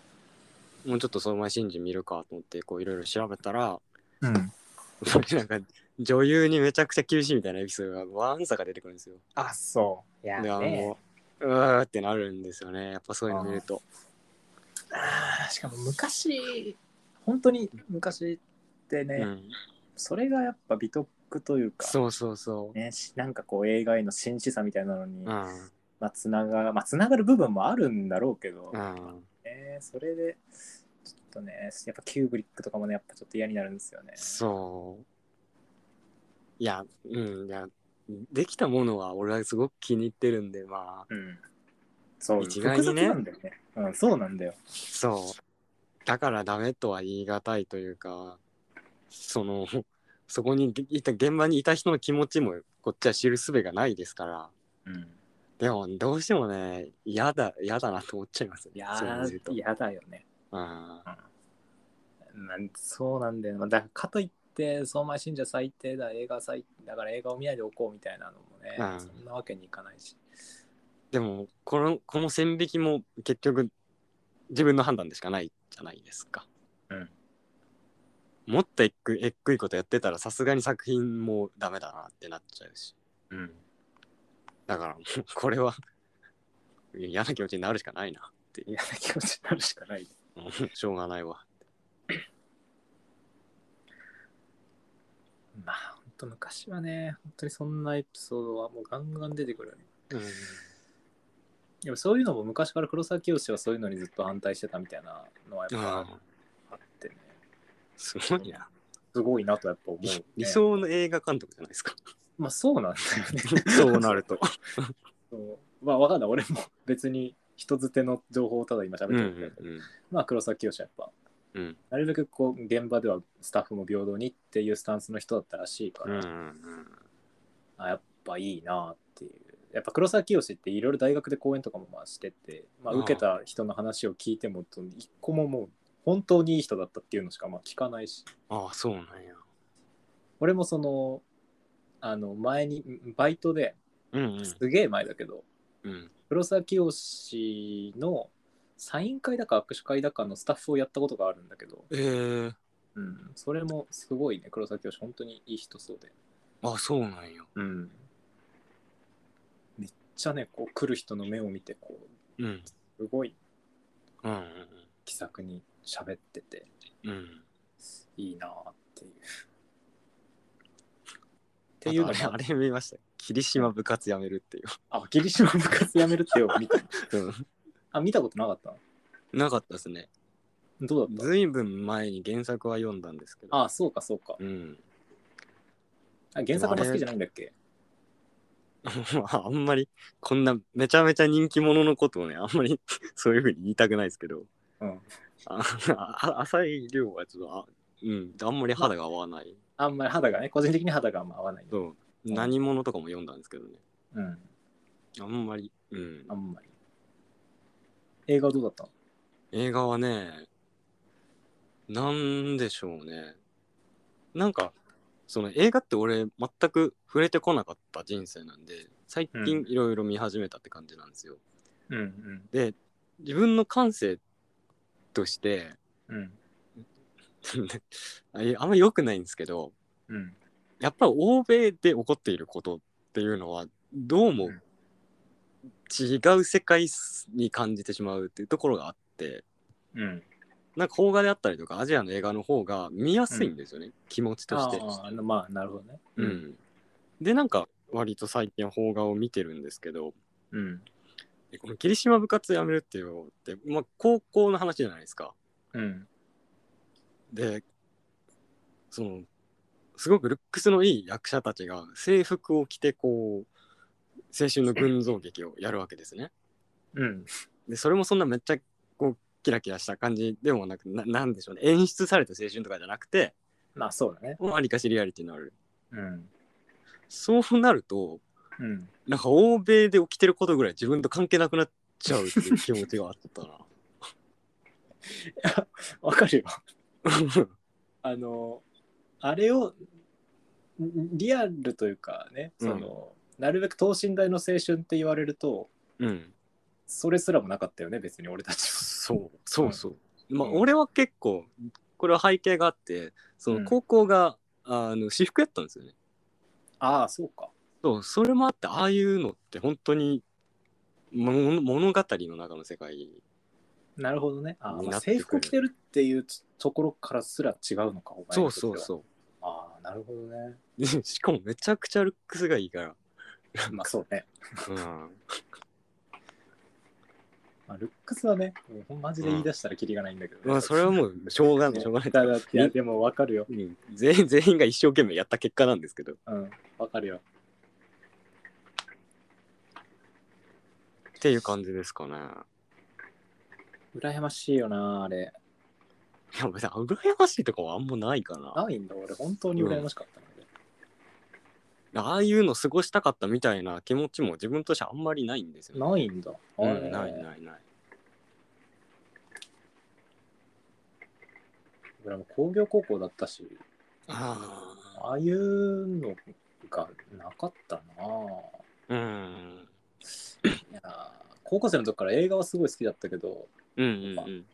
Speaker 3: うちょっとその前信じ見るかと思って、こういろいろ調べたら、
Speaker 2: うん、
Speaker 3: なんか女優にめちゃくちゃ厳しいみたいなエピソードがわんさか出てくるんですよ。
Speaker 2: あ、そう。いや
Speaker 3: で、あ
Speaker 2: ね
Speaker 3: の、うわーってなるんですよね。やっぱそういうの見ると。
Speaker 2: あーしかも昔、本当に昔ってね、
Speaker 3: うん、
Speaker 2: それがやっぱ美徳というか、
Speaker 3: そうそうそう。
Speaker 2: ね、しなんかこう映画への真摯さみたいなの
Speaker 3: うん、
Speaker 2: に、
Speaker 3: うん、
Speaker 2: まあ、つながまあ、つながる部分もあるんだろうけど、ね、それでちょっとねやっぱキューブリックとかもねやっぱちょっと嫌になるんですよね
Speaker 3: そう。いや、うん、いや、できたものは俺はすごく気に入ってるんで、まあ、
Speaker 2: うんそう
Speaker 3: 一概にね
Speaker 2: 複雑なんだよね、うん、そうなんだよ
Speaker 3: そう。だからダメとは言い難いというか、その、 そこにいた、現場にいた人の気持ちもこっちは知る術がないですから、
Speaker 2: うん
Speaker 3: でもどうしてもね、嫌だ、嫌だなと思っちゃいますね。
Speaker 2: や
Speaker 3: そういうと。
Speaker 2: 嫌だよね
Speaker 3: うん
Speaker 2: なんそうなんだよ、まあだからかといって相馬信者最低だ映画最だから映画を見ないでおこうみたいなのもね、
Speaker 3: うん
Speaker 2: そんなわけにいかないし
Speaker 3: でも、この、この線引きも結局、自分の判断でしかないじゃないですか。
Speaker 2: うん。
Speaker 3: もっとえっく、えっくいことやってたら、さすがに作品もダメだなってなっちゃうし。
Speaker 2: うん
Speaker 3: だから、 もうこれは、嫌な気持ちになるしかない な。
Speaker 2: 嫌な気持ちになるしかない
Speaker 3: うんしょうがないわ。
Speaker 2: まあ本当昔はね本当にそんなエピソードはもうガンガン出てくるよね
Speaker 3: うん。
Speaker 2: でもそういうのも昔から黒沢清はそういうのにずっと反対してたみたいなのはやっぱあってね、
Speaker 3: すごいな。
Speaker 2: すごいなとやっぱ思う、ね
Speaker 3: 理。理想の映画監督じゃないですか。
Speaker 2: まあそうなんだよね。
Speaker 3: そうなると。
Speaker 2: そうまあわかんない俺も別に人づての情報をただ今喋って
Speaker 3: うん
Speaker 2: るんだけど、
Speaker 3: うん
Speaker 2: まあ黒沢清はやっぱ
Speaker 3: うん。うん
Speaker 2: なるべくこう現場ではスタッフも平等にっていうスタンスの人だったらしいか
Speaker 3: うん
Speaker 2: ら、
Speaker 3: うん。
Speaker 2: あやっぱいいなっていう。やっぱ黒沢清っていろいろ大学で講演とかもまあしてて、まあ、
Speaker 3: うん
Speaker 2: 受けた人の話を聞いてもと一個ももう本当にいい人だったっていうのしかまあ聞かないし
Speaker 3: ああ、そうなんや。
Speaker 2: 俺もそのあの前にんバイトで
Speaker 3: うん
Speaker 2: すげえ前だけど、
Speaker 3: うん。
Speaker 2: 黒沢清のサイン会だか握手会だかのスタッフをやったことがあるんだけど、
Speaker 3: えー、
Speaker 2: うん、それもすごいね黒沢清本当にいい人そうで、
Speaker 3: あそうなんや。
Speaker 2: うん、めっちゃねこう来る人の目を見てこう
Speaker 3: うん。
Speaker 2: すごい
Speaker 3: うんうん
Speaker 2: 気さくに喋ってて
Speaker 3: うん。うん。
Speaker 2: いいなーっていう。っ
Speaker 3: ってて
Speaker 2: い
Speaker 3: いうう
Speaker 2: の
Speaker 3: あれ、
Speaker 2: が
Speaker 3: あれ見ました。霧島部活やめるってい
Speaker 2: あ霧島部活やめるってよ見た
Speaker 3: う。
Speaker 2: あ見たことなかった
Speaker 3: なかったですね。
Speaker 2: どうだった
Speaker 3: ずいぶん前に原作は読んだんですけど。
Speaker 2: あそうかそうか
Speaker 3: うん。
Speaker 2: あ原作も好きじゃないんだっけ
Speaker 3: まあ、あんまり、こんなめちゃめちゃ人気者のことをね、あんまり そういうふうに言いたくないですけど、
Speaker 2: うん
Speaker 3: ああ浅い量はちょっとあ、うん、あんまり肌が合わない。
Speaker 2: あんまり肌がね個人的に肌があんま合わない
Speaker 3: そう。何者とかも読んだんですけどね。
Speaker 2: うん
Speaker 3: あんまり、うん
Speaker 2: あ。んまり映画はどうだったの
Speaker 3: 映画はね、なんでしょうね。なんか、その映画って俺全く触れてこなかった人生なんで、最近いろいろ見始めたって感じなんですよ。
Speaker 2: うん
Speaker 3: で、自分の感性として、
Speaker 2: うんうん
Speaker 3: あいやあんま良くないんですけど、
Speaker 2: うん
Speaker 3: やっぱり欧米で起こっていることっていうのは、どうも
Speaker 2: うん
Speaker 3: 違う世界に感じてしまうっていうところがあって、
Speaker 2: うん。
Speaker 3: なんか邦画であったりとかアジアの映画の方が見やすいんですよね、気持ちとして。
Speaker 2: ああ、まあ、なるほどね。
Speaker 3: う。ん、でなんか割と最近は邦画を見てるんですけど
Speaker 2: うん。
Speaker 3: でこの霧島部活やめるっていうのって、まあ、高校の話じゃないですか。
Speaker 2: うん。
Speaker 3: でそのすごくルックスのいい役者たちが制服を着てこう青春の群像劇をやるわけですね。
Speaker 2: うん。
Speaker 3: でそれもそんなめっちゃこうキラキラした感じでもなくななんでしょうね演出された青春とかじゃなくて
Speaker 2: まあ、そうだね。
Speaker 3: もうありかしリアリティのある
Speaker 2: うん。
Speaker 3: そうなると
Speaker 2: うん。
Speaker 3: なんか欧米で起きてることぐらい自分と関係なくなっちゃうっていう気持ちがあったな。
Speaker 2: わかるよ。あの、あれを、んリアルというかね、その、なるべく等身大の青春って言われると、
Speaker 3: うん、
Speaker 2: それすらもなかったよね、別に俺 たちは。
Speaker 3: そうそうそう。まあ、
Speaker 2: うん
Speaker 3: 俺は結構これは背景があってそ
Speaker 2: うん
Speaker 3: の高校が、あの私服やったんですよね。
Speaker 2: ああ、そうか。
Speaker 3: そうそれもあってああいうのって本当にもの物語の中の世界
Speaker 2: なるほどね。あー
Speaker 3: に
Speaker 2: ま
Speaker 3: な
Speaker 2: あ、
Speaker 3: ってくる
Speaker 2: 制服を着てるっていうところからすら違うのか、お前にとって
Speaker 3: そ
Speaker 2: は
Speaker 3: うそうそう
Speaker 2: ああ、なるほど ね。
Speaker 3: でしかもめちゃくちゃルックスがいいから、
Speaker 2: まあ、そうね。
Speaker 3: うん、
Speaker 2: まあ、ルックスはね、もうマジで言い出したらキリがないんだけど、ね
Speaker 3: まあそれはもうしょう がないしょうがない
Speaker 2: だだいや、でもわかるよ。
Speaker 3: うん全員全員が一生懸命やった結果なんですけど
Speaker 2: うん、わかるよ。
Speaker 3: っていう感じですかね。
Speaker 2: 羨ましいよな、あれ。
Speaker 3: いや別に羨ましいとかはあんまないかな。
Speaker 2: ないんだ、俺、本当に羨ましかったので。
Speaker 3: ああいうの過ごしたかったみたいな気持ちも自分としてあんまりないんですよね。
Speaker 2: ないんだ。あ
Speaker 3: う
Speaker 2: ー
Speaker 3: んないないない。
Speaker 2: 俺も工業高校だったし、
Speaker 3: ああ。
Speaker 2: ああいうのがなかったな。
Speaker 3: うん。
Speaker 2: いやー高校生の時から映画はすごい好きだったけど、
Speaker 3: うんうんうん。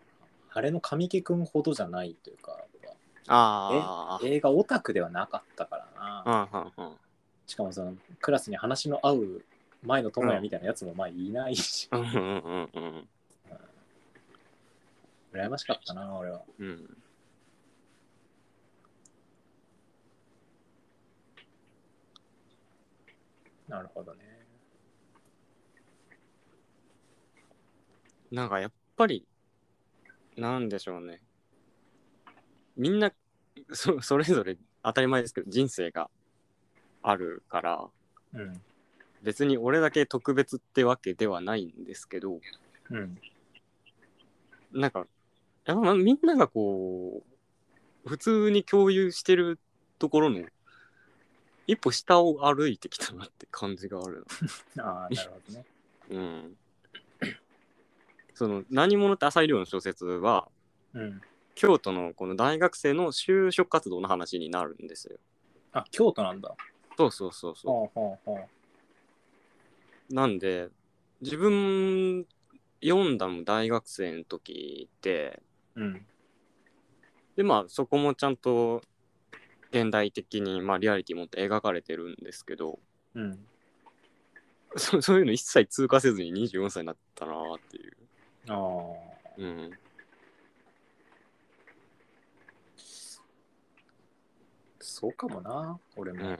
Speaker 2: あれの神木君ほどじゃないというか、やっ
Speaker 3: あ
Speaker 2: ぱ映画オタクではなかったからな。
Speaker 3: あ。はんはんはん
Speaker 2: しかもそのクラスに話の合う前の友也みたいなやつもまあいないし、
Speaker 3: うんうんうんうん
Speaker 2: 羨ましかったな俺は
Speaker 3: うん。
Speaker 2: なるほどね
Speaker 3: なんかやっぱり、なんでしょうね。みんなそ、それぞれ当たり前ですけど人生があるから、
Speaker 2: うん
Speaker 3: 別に俺だけ特別ってわけではないんですけど、
Speaker 2: うん
Speaker 3: なんか、やっぱみんながこう、普通に共有してるところの、一歩下を歩いてきたなって感じがある
Speaker 2: ああなるほどね
Speaker 3: な。うん。その、何者って浅井亮の小説は、
Speaker 2: うん
Speaker 3: 京都のこの大学生の就職活動の話になるんですよ。
Speaker 2: あ京都なんだ
Speaker 3: そうそうそうそ
Speaker 2: ほうほうほう
Speaker 3: う。なんで、自分、読んだの大学生の時って、
Speaker 2: うん
Speaker 3: でまあそこもちゃんと現代的に、まあ、リアリティ持って描かれてるんですけど
Speaker 2: うん
Speaker 3: そそういうの一切通過せずに24歳になったなーっていう、
Speaker 2: ああ
Speaker 3: うん、
Speaker 2: そうかもな俺
Speaker 3: う
Speaker 2: も、
Speaker 3: ん、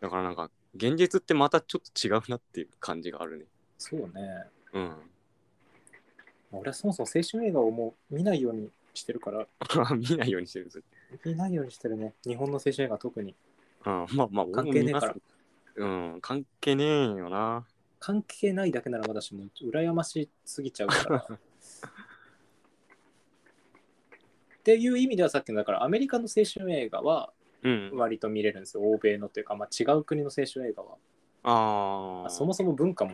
Speaker 3: だからなんか現実ってまたちょっと違うなっていう感じがあるね
Speaker 2: そうね
Speaker 3: うん
Speaker 2: 俺はそもそも青春映画をもう見ないようにしてるから
Speaker 3: 見ないようにしてるんですよ、
Speaker 2: 見ないようにしてるね日本の青春映画特に
Speaker 3: うん、まあまあ
Speaker 2: 関係ね
Speaker 3: 俺も見
Speaker 2: えから
Speaker 3: ますうん関係ねえよな
Speaker 2: 関係ないだけなら私もう羨ましすぎちゃ うから。っていう意味ではさっきのだからアメリカの青春映画は
Speaker 3: うん
Speaker 2: 割と見れるんですよ欧米のというか、まあ、違う国の青春映画は、
Speaker 3: あ
Speaker 2: ま
Speaker 3: あ
Speaker 2: あそもそも文化も、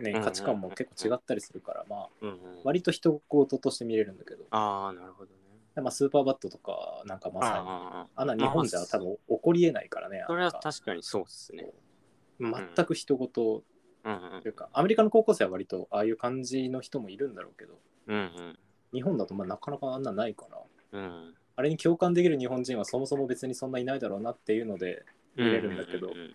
Speaker 2: ね
Speaker 3: んうん、
Speaker 2: 価値観も結構違ったりするから、まあ、
Speaker 3: うんうん
Speaker 2: 割と人事として見れるんだけど
Speaker 3: ああなるほどね
Speaker 2: まあ、スーパーバットとか、なんかまさに、
Speaker 3: あ
Speaker 2: あんな日本じゃ多分起こりえないからね
Speaker 3: あ。それは
Speaker 2: なんか
Speaker 3: 確かにそうっすね。
Speaker 2: 全く人事
Speaker 3: うんうん
Speaker 2: というか、アメリカの高校生は割とああいう感じの人もいるんだろうけど、
Speaker 3: うん
Speaker 2: 日本だとまあなかなかあんなないから、
Speaker 3: うん。
Speaker 2: あれに共感できる日本人はそもそも別にそんないないだろうなっていうので、見れるんだけど
Speaker 3: うううん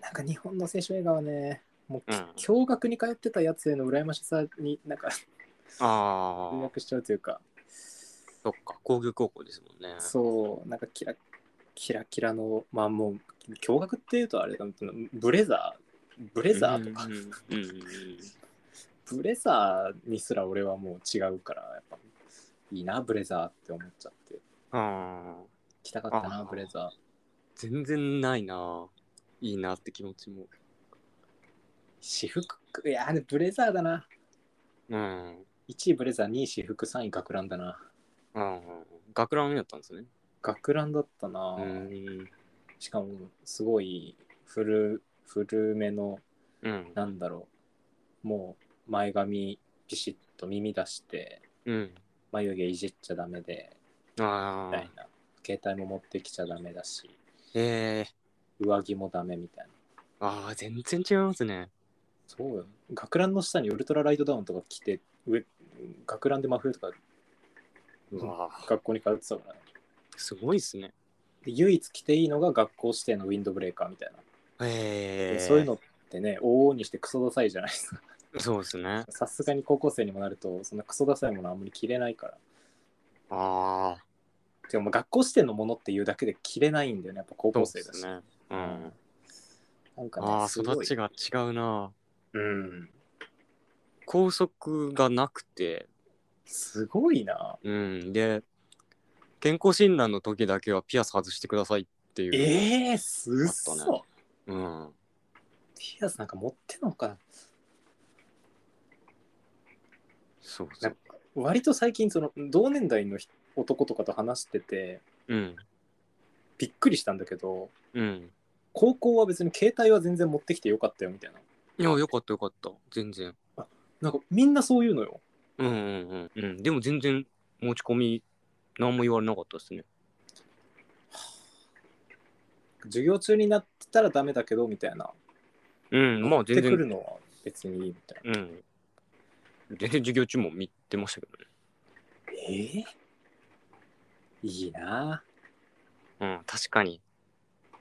Speaker 2: なんか日本の青春映画はね、もうき、
Speaker 3: うん
Speaker 2: 驚愕に通ってたやつへの羨ましさになんか
Speaker 3: あ
Speaker 2: 連
Speaker 3: あ、
Speaker 2: 絡しちゃうというか、
Speaker 3: そっか、工業高校ですもんね。
Speaker 2: そう、なんかキラキラキラの、まあもう、驚愕っていうとあれだけど、ブレザー、ブレザーとか、
Speaker 3: うんうんうんうんうん
Speaker 2: ブレザーにすら俺はもう違うから、やっぱ、いいな、ブレザーって思っちゃって、
Speaker 3: ああ、
Speaker 2: 来たかったな、
Speaker 3: あ
Speaker 2: ブレザー。
Speaker 3: 全然ないな。いいなって気持ちも。
Speaker 2: 私服、いや、でブレザーだな。
Speaker 3: うん。
Speaker 2: 1位ブレザー、2位私服、3位学ランだな。
Speaker 3: うん学ランやったんですね。
Speaker 2: 学ランだったな。
Speaker 3: うん。
Speaker 2: しかも、すごい古、古めの、
Speaker 3: うん。
Speaker 2: なんだろう、もう前髪ピシッと耳出して、
Speaker 3: うん。
Speaker 2: 眉毛いじっちゃダメで、
Speaker 3: あ
Speaker 2: み
Speaker 3: あ
Speaker 2: たい、な。携帯も持ってきちゃダメだし、
Speaker 3: ええ
Speaker 2: 上着もダメみたいな。
Speaker 3: ああ、全然違いますね。
Speaker 2: そうよ。学ランの下にウルトラライトダウンとか着て、上、学ランで真冬とか
Speaker 3: うわあ、
Speaker 2: 学校に通ってたから、ね、
Speaker 3: すごいっすね。
Speaker 2: で唯一着ていいのが学校指定のウィンドブレーカーみたいな。
Speaker 3: ええ
Speaker 2: でそういうのってね、往々にしてクソダサいじゃないですか。
Speaker 3: そうですね。
Speaker 2: さすがに高校生にもなると、そんなクソダサいものはあんまり着れないから。
Speaker 3: ああ、
Speaker 2: てかもう学校指定のものっていうだけで着れないんだよね、やっぱ高
Speaker 3: そう
Speaker 2: 校
Speaker 3: で
Speaker 2: 生だし。
Speaker 3: すね。うん。
Speaker 2: なんかね、
Speaker 3: ああ、
Speaker 2: すごい
Speaker 3: 育ちが違うな。
Speaker 2: うん。
Speaker 3: 校則がなくて、
Speaker 2: すごいな。
Speaker 3: うん、で健康診断の時だけはピアス外してくださいっていう、
Speaker 2: ええー、すっ
Speaker 3: あっ
Speaker 2: そ、
Speaker 3: たうん、
Speaker 2: ピアスなんか持ってんのかな
Speaker 3: そうそ
Speaker 2: なん
Speaker 3: う
Speaker 2: か割と最近その同年代の人男とかと話してて
Speaker 3: うん
Speaker 2: びっくりしたんだけど
Speaker 3: うん
Speaker 2: 高校は別に携帯は全然持ってきてよかったよみたいない
Speaker 3: やよかったよかった全然
Speaker 2: なんかみんなそういうのよ
Speaker 3: うんうんうんうんでも全然持ち込み何も言われなかったですね
Speaker 2: 授業中になってたらダメだけどみたいな
Speaker 3: うんまあ
Speaker 2: 持
Speaker 3: 全
Speaker 2: ってくる
Speaker 3: 然
Speaker 2: のは別にいいみたい
Speaker 3: うん全然授業中も見てましたけどね
Speaker 2: なええいいな
Speaker 3: うん確かに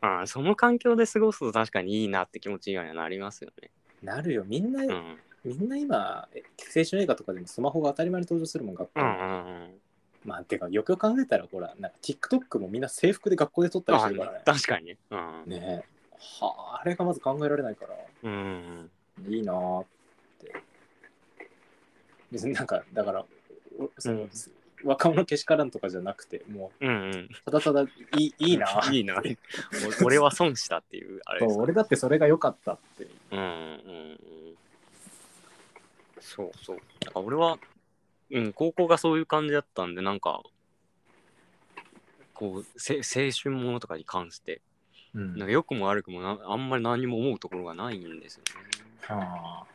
Speaker 3: ああその環境で過ごすと確かにいいなって気持ち以外にはなりますよね
Speaker 2: なるよみんな、
Speaker 3: うん
Speaker 2: みんな今え青春映画とかでもスマホが当たり前に登場するもん学校
Speaker 3: う
Speaker 2: に
Speaker 3: んうんうん
Speaker 2: まあ、てか、よくよく考えたら、ほら、なんか TikTok もみんな制服で学校で撮ったりしてるから
Speaker 3: あ
Speaker 2: ね。
Speaker 3: 確かにねうん
Speaker 2: ねえはあ、あれがまず考えられないから、
Speaker 3: うんうん
Speaker 2: いいなーって。別になんか、だから、おその
Speaker 3: うん
Speaker 2: 若者けしからんとかじゃなくて、も
Speaker 3: うんうん
Speaker 2: う、ただただいいいいなー
Speaker 3: いいな。お俺は損したっていう、あれ
Speaker 2: そ
Speaker 3: です
Speaker 2: う
Speaker 3: か。
Speaker 2: 俺だってそれが良かったって。
Speaker 3: うんうんうん。そうそう。だから俺は、うん、高校がそういう感じだったんで、なんか、こう、せ青春ものとかに関して、
Speaker 2: うん
Speaker 3: なんか良くも悪くもな、あんまり何も思うところがないんですよね。
Speaker 2: はあ。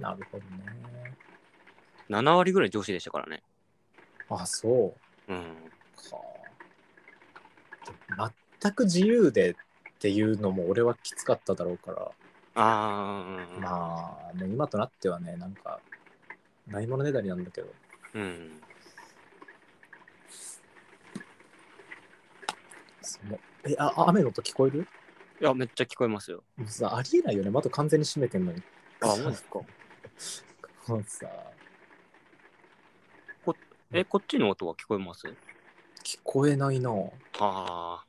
Speaker 2: なるほどね。
Speaker 3: 7割ぐらい女子でしたからね。
Speaker 2: あ、そう。
Speaker 3: うん。
Speaker 2: か全く自由でっていうのも俺はきつかっただろうから、
Speaker 3: ああ、
Speaker 2: まあ、ね、今となってはねなんかないものねだりなんだけど
Speaker 3: うん。
Speaker 2: そのえああ雨の音聞こえる
Speaker 3: いや、めっちゃ聞こえますよ。
Speaker 2: もうさありえないよね窓完全に閉めてんのに
Speaker 3: あ、マジですか。
Speaker 2: もうさ
Speaker 3: え、こっちの音は聞こえます
Speaker 2: 聞こえないな
Speaker 3: ああ。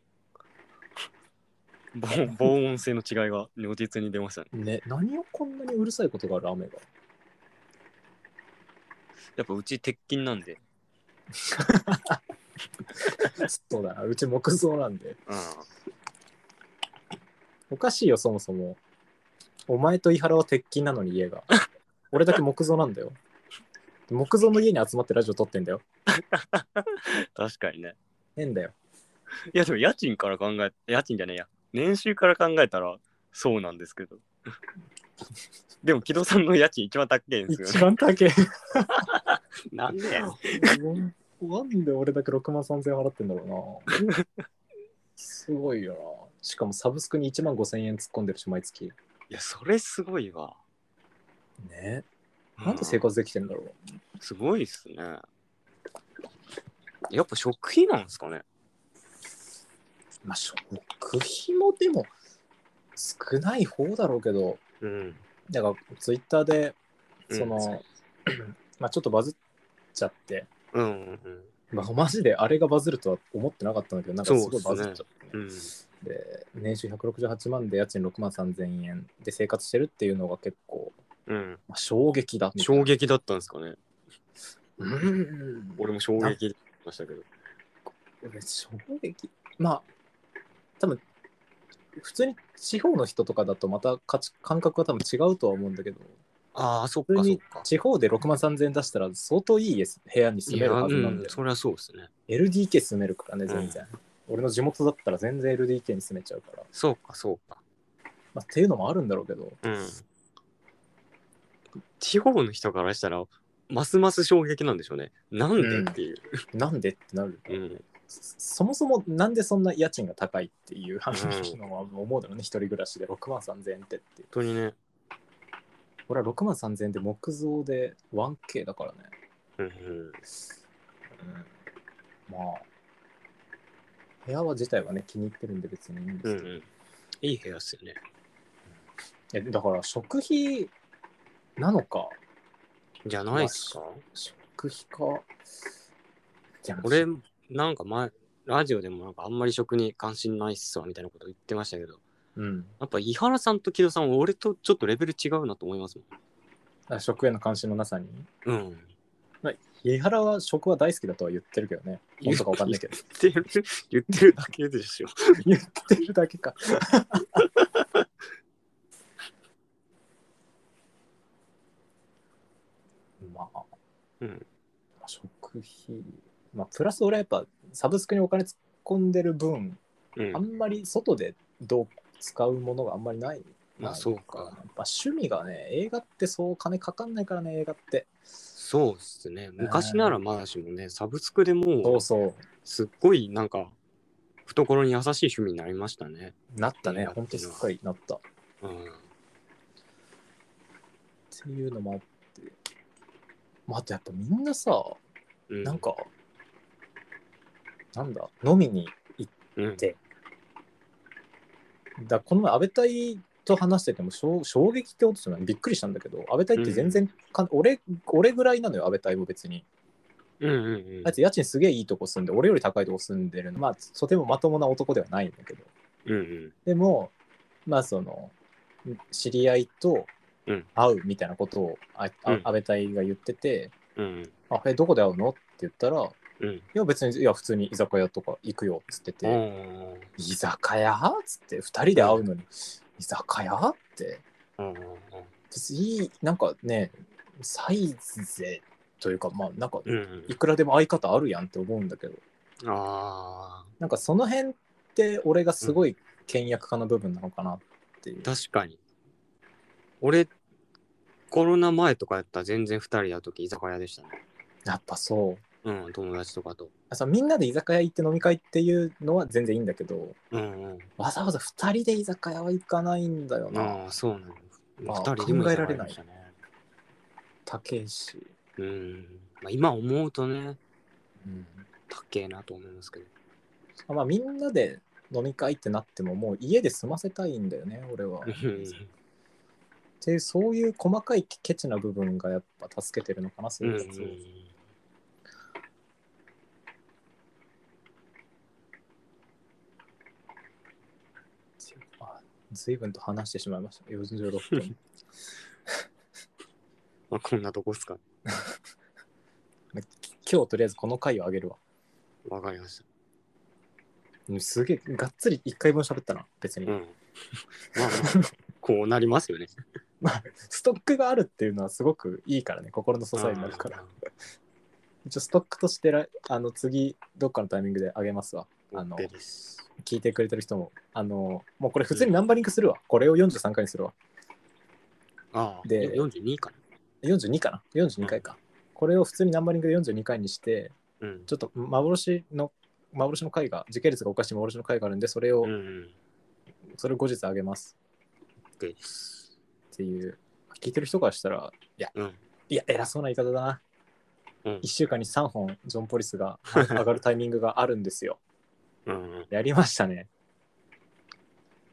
Speaker 3: 防防音性の違いが如実に出ましたね。
Speaker 2: ね何をこんなにうるさいことがある雨が
Speaker 3: やっぱうち鉄筋なんで。
Speaker 2: そうだなうち木造なんで
Speaker 3: うん。
Speaker 2: おかしいよそもそもお前と伊原は鉄筋なのに家が俺だけ木造なんだよ木造の家に集まってラジオ撮ってんだよ
Speaker 3: 確かにね。
Speaker 2: ねえんだよ
Speaker 3: いやでも家賃から考え、家賃じゃねえや。年収から考えたらそうなんですけど。でも木戸さんの家賃一番高いんですよ
Speaker 2: 一
Speaker 3: ね。
Speaker 2: 番高い
Speaker 3: なんでやねん
Speaker 2: なんで俺だけ6万3000円払ってんだろうな。すごいよな。しかもサブスクに1万5000円突っ込んでるし、毎月。
Speaker 3: いや、それすごいわ。
Speaker 2: ね。なんで生活できてんだろう。
Speaker 3: うんすごいっすね。やっぱ食費なんですかね。
Speaker 2: まあ、食費もでも少ない方だろうけど、
Speaker 3: うん。
Speaker 2: だからツイッターで、その、
Speaker 3: う
Speaker 2: まあちょっとバズっちゃって、
Speaker 3: うんうん
Speaker 2: まあ、マジであれがバズるとは思ってなかったんだけど、なんかすごいバズっちゃっ
Speaker 3: う
Speaker 2: て、
Speaker 3: ん。うん。
Speaker 2: で、年収168万で家賃6万3000円で生活してるっていうのが結構、
Speaker 3: うん。
Speaker 2: まあ、衝撃だみたいな
Speaker 3: 衝。撃だったんですかね。
Speaker 2: うん。
Speaker 3: 俺も衝撃でしたけど。
Speaker 2: 俺衝撃まあ多分普通に地方の人とかだとまた価値感覚は多分違うとは思うんだけど
Speaker 3: ああ、そっ
Speaker 2: 普
Speaker 3: か
Speaker 2: 通
Speaker 3: そっ
Speaker 2: に
Speaker 3: か。
Speaker 2: 地方で6万3000円出したら相当いい家部屋に住
Speaker 3: い
Speaker 2: め
Speaker 3: や、
Speaker 2: るは
Speaker 3: う
Speaker 2: ずなん
Speaker 3: ん
Speaker 2: で、、
Speaker 3: そりゃそうですね。
Speaker 2: LDK 住めるからね全然、俺の地元だったら全然 LDK に住めちゃうから、
Speaker 3: そうかそうか。
Speaker 2: まあ、っていうのもあるんだろうけど
Speaker 3: うん。地方の人からしたら、ますます衝撃なんでしょうね。なんで、
Speaker 2: うん
Speaker 3: っていう。
Speaker 2: なんでってなる、
Speaker 3: うん。
Speaker 2: そそもそもなんでそんな家賃が高いっていう話のは思うだろうね、一人暮らしで6万3000円ってっていう
Speaker 3: 本当にね。
Speaker 2: 俺は6万3000円で木造で 1K だからね
Speaker 3: うんうん。
Speaker 2: まあ、部屋は自体はね、気に入ってるんで別にいいんで
Speaker 3: うん
Speaker 2: す
Speaker 3: う
Speaker 2: け
Speaker 3: ん。
Speaker 2: ど、
Speaker 3: いい部屋っすよね。
Speaker 2: えだから食費なのか、
Speaker 3: じゃないっすか。
Speaker 2: 食費か。いや
Speaker 3: 俺、なんか前、ラジオでもなんかあんまり食に関心ないっすわみたいなこと言ってましたけど、
Speaker 2: うん、
Speaker 3: やっぱ伊原さんと木戸さんは俺とちょっとレベル違うなと思います
Speaker 2: あ食への関心のなさに。
Speaker 3: もん。うん。
Speaker 2: まあ、家原は食は大好きだとは言ってるけどね。本当かわかんないけど。
Speaker 3: 言ってる、言ってるだけでしょ。
Speaker 2: 言ってるだけか。 まあ、
Speaker 3: うん
Speaker 2: まあ食費、まあ、プラス俺はやっぱサブスクにお金突っ込んでる分、
Speaker 3: うん
Speaker 2: あんまり外でどう使うものがあんまりない。
Speaker 3: まあ
Speaker 2: ない
Speaker 3: そう
Speaker 2: ら
Speaker 3: か。
Speaker 2: まあ、趣味がね、映画ってそう金かかんないからね、映画って。
Speaker 3: そうっすね。昔ならまだしもね、サブスクで
Speaker 2: そ
Speaker 3: も
Speaker 2: う
Speaker 3: う、
Speaker 2: そう。
Speaker 3: すっごいなんか、懐に優しい趣味になりましたね。
Speaker 2: なった
Speaker 3: 映
Speaker 2: ね。
Speaker 3: 画って
Speaker 2: ほんと
Speaker 3: いう
Speaker 2: す
Speaker 3: の
Speaker 2: っ
Speaker 3: は
Speaker 2: かりなった。っ
Speaker 3: うん。
Speaker 2: ていうのもあって。まあ、あとやっぱみんなさ、
Speaker 3: うん、
Speaker 2: なん、か、なんだ、飲みに行っ
Speaker 3: うん、
Speaker 2: てた。この前、安倍隊と話してても、しょう衝撃ってことじゃないびっくりしたんだけど、安倍隊って全然か、俺、俺ぐらいなのよ、安倍隊も別に。
Speaker 3: うんうんうん
Speaker 2: あいつ家賃すげえいいとこ住んで、俺より高いとこ住んでるの。まあ、とてもまともな男ではないんだけど。
Speaker 3: うん
Speaker 2: でも、まあ、その、知り合いと
Speaker 3: うん
Speaker 2: 会うみたいなことを、ああ
Speaker 3: うん
Speaker 2: 安倍隊が言ってて、
Speaker 3: うんうん
Speaker 2: あ、え、どこで会うのって言ったら、
Speaker 3: うん
Speaker 2: いや別に、いや普通に居酒屋とか行くよっつってて、
Speaker 3: うん
Speaker 2: 居酒屋っつって2人で会うのに、居酒屋って
Speaker 3: うん
Speaker 2: 別にいいなんかねサイズでというかまあなんか
Speaker 3: うんうん
Speaker 2: いくらでも会い方あるやんって思うんだけど
Speaker 3: あ
Speaker 2: なんかその辺って俺がすごい倹約家の部分なのかなってい
Speaker 3: ー、
Speaker 2: う
Speaker 3: 確かに俺コロナ前とかやったら全然2人で会う時居酒屋でしたね
Speaker 2: やっぱそう
Speaker 3: うん友達とかと
Speaker 2: あそうみんなで居酒屋行って飲み会っていうのは全然いいんだけど
Speaker 3: うんうん
Speaker 2: わざわざ2人で居酒屋は行かないんだよな、
Speaker 3: ああそうなの
Speaker 2: まあ
Speaker 3: 2人でも
Speaker 2: 考え
Speaker 3: 居
Speaker 2: ら
Speaker 3: 酒
Speaker 2: れ
Speaker 3: 屋
Speaker 2: ない
Speaker 3: でしたね
Speaker 2: 高いし、
Speaker 3: うん、まあ、今思うとね
Speaker 2: うん、
Speaker 3: 高えなと思いますけど
Speaker 2: あまあみんなで飲み会ってなってももう家で済ませたいんだよね俺は。
Speaker 3: うん
Speaker 2: でそういう細かいケチな部分がやっぱ助けてるのかなそ
Speaker 3: うん
Speaker 2: れ
Speaker 3: う
Speaker 2: こ
Speaker 3: ん
Speaker 2: そあ随分と話してしまいました46分
Speaker 3: まあこんなとこっすか
Speaker 2: 今日とりあえずこの回をあげるわ
Speaker 3: わかりまし
Speaker 2: うんすげえがっつり1回分喋ったな別に、
Speaker 3: たうんま あまあこうなりますよね
Speaker 2: まあストックがあるっていうのはすごくいいからね心の支えになるから一応ストックとしてらあの次どっかのタイミングであげますわあの
Speaker 3: OK です
Speaker 2: 聞いてくれてる人もあのもうこれ普通にナンバリングするわ、これを43回にするわ
Speaker 3: ああ、
Speaker 2: で
Speaker 3: で、42か
Speaker 2: 42かな42回か、これを普通にナンバリングで42回にして、
Speaker 3: うん。
Speaker 2: ちょっと幻の、幻の回が、時系列がおかしい幻の回があるんで、それを、
Speaker 3: うんうん。
Speaker 2: それを後日あげます
Speaker 3: です。
Speaker 2: っていう、聞いてる人からしたら、いや、
Speaker 3: うん
Speaker 2: いや、偉そうな言い方だな。
Speaker 3: うん
Speaker 2: 1週間に3本、ジョン・ポリ スがあ上がるタイミングがあるんです
Speaker 3: う
Speaker 2: よ。
Speaker 3: んうん。
Speaker 2: やりましたね。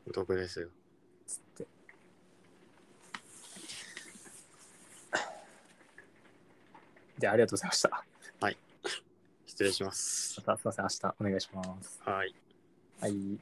Speaker 3: お得ですよ。
Speaker 2: つって。で、ありがとうございました。
Speaker 3: 失礼します。
Speaker 2: またすいません、明日お願いします。
Speaker 3: はい。
Speaker 2: はい。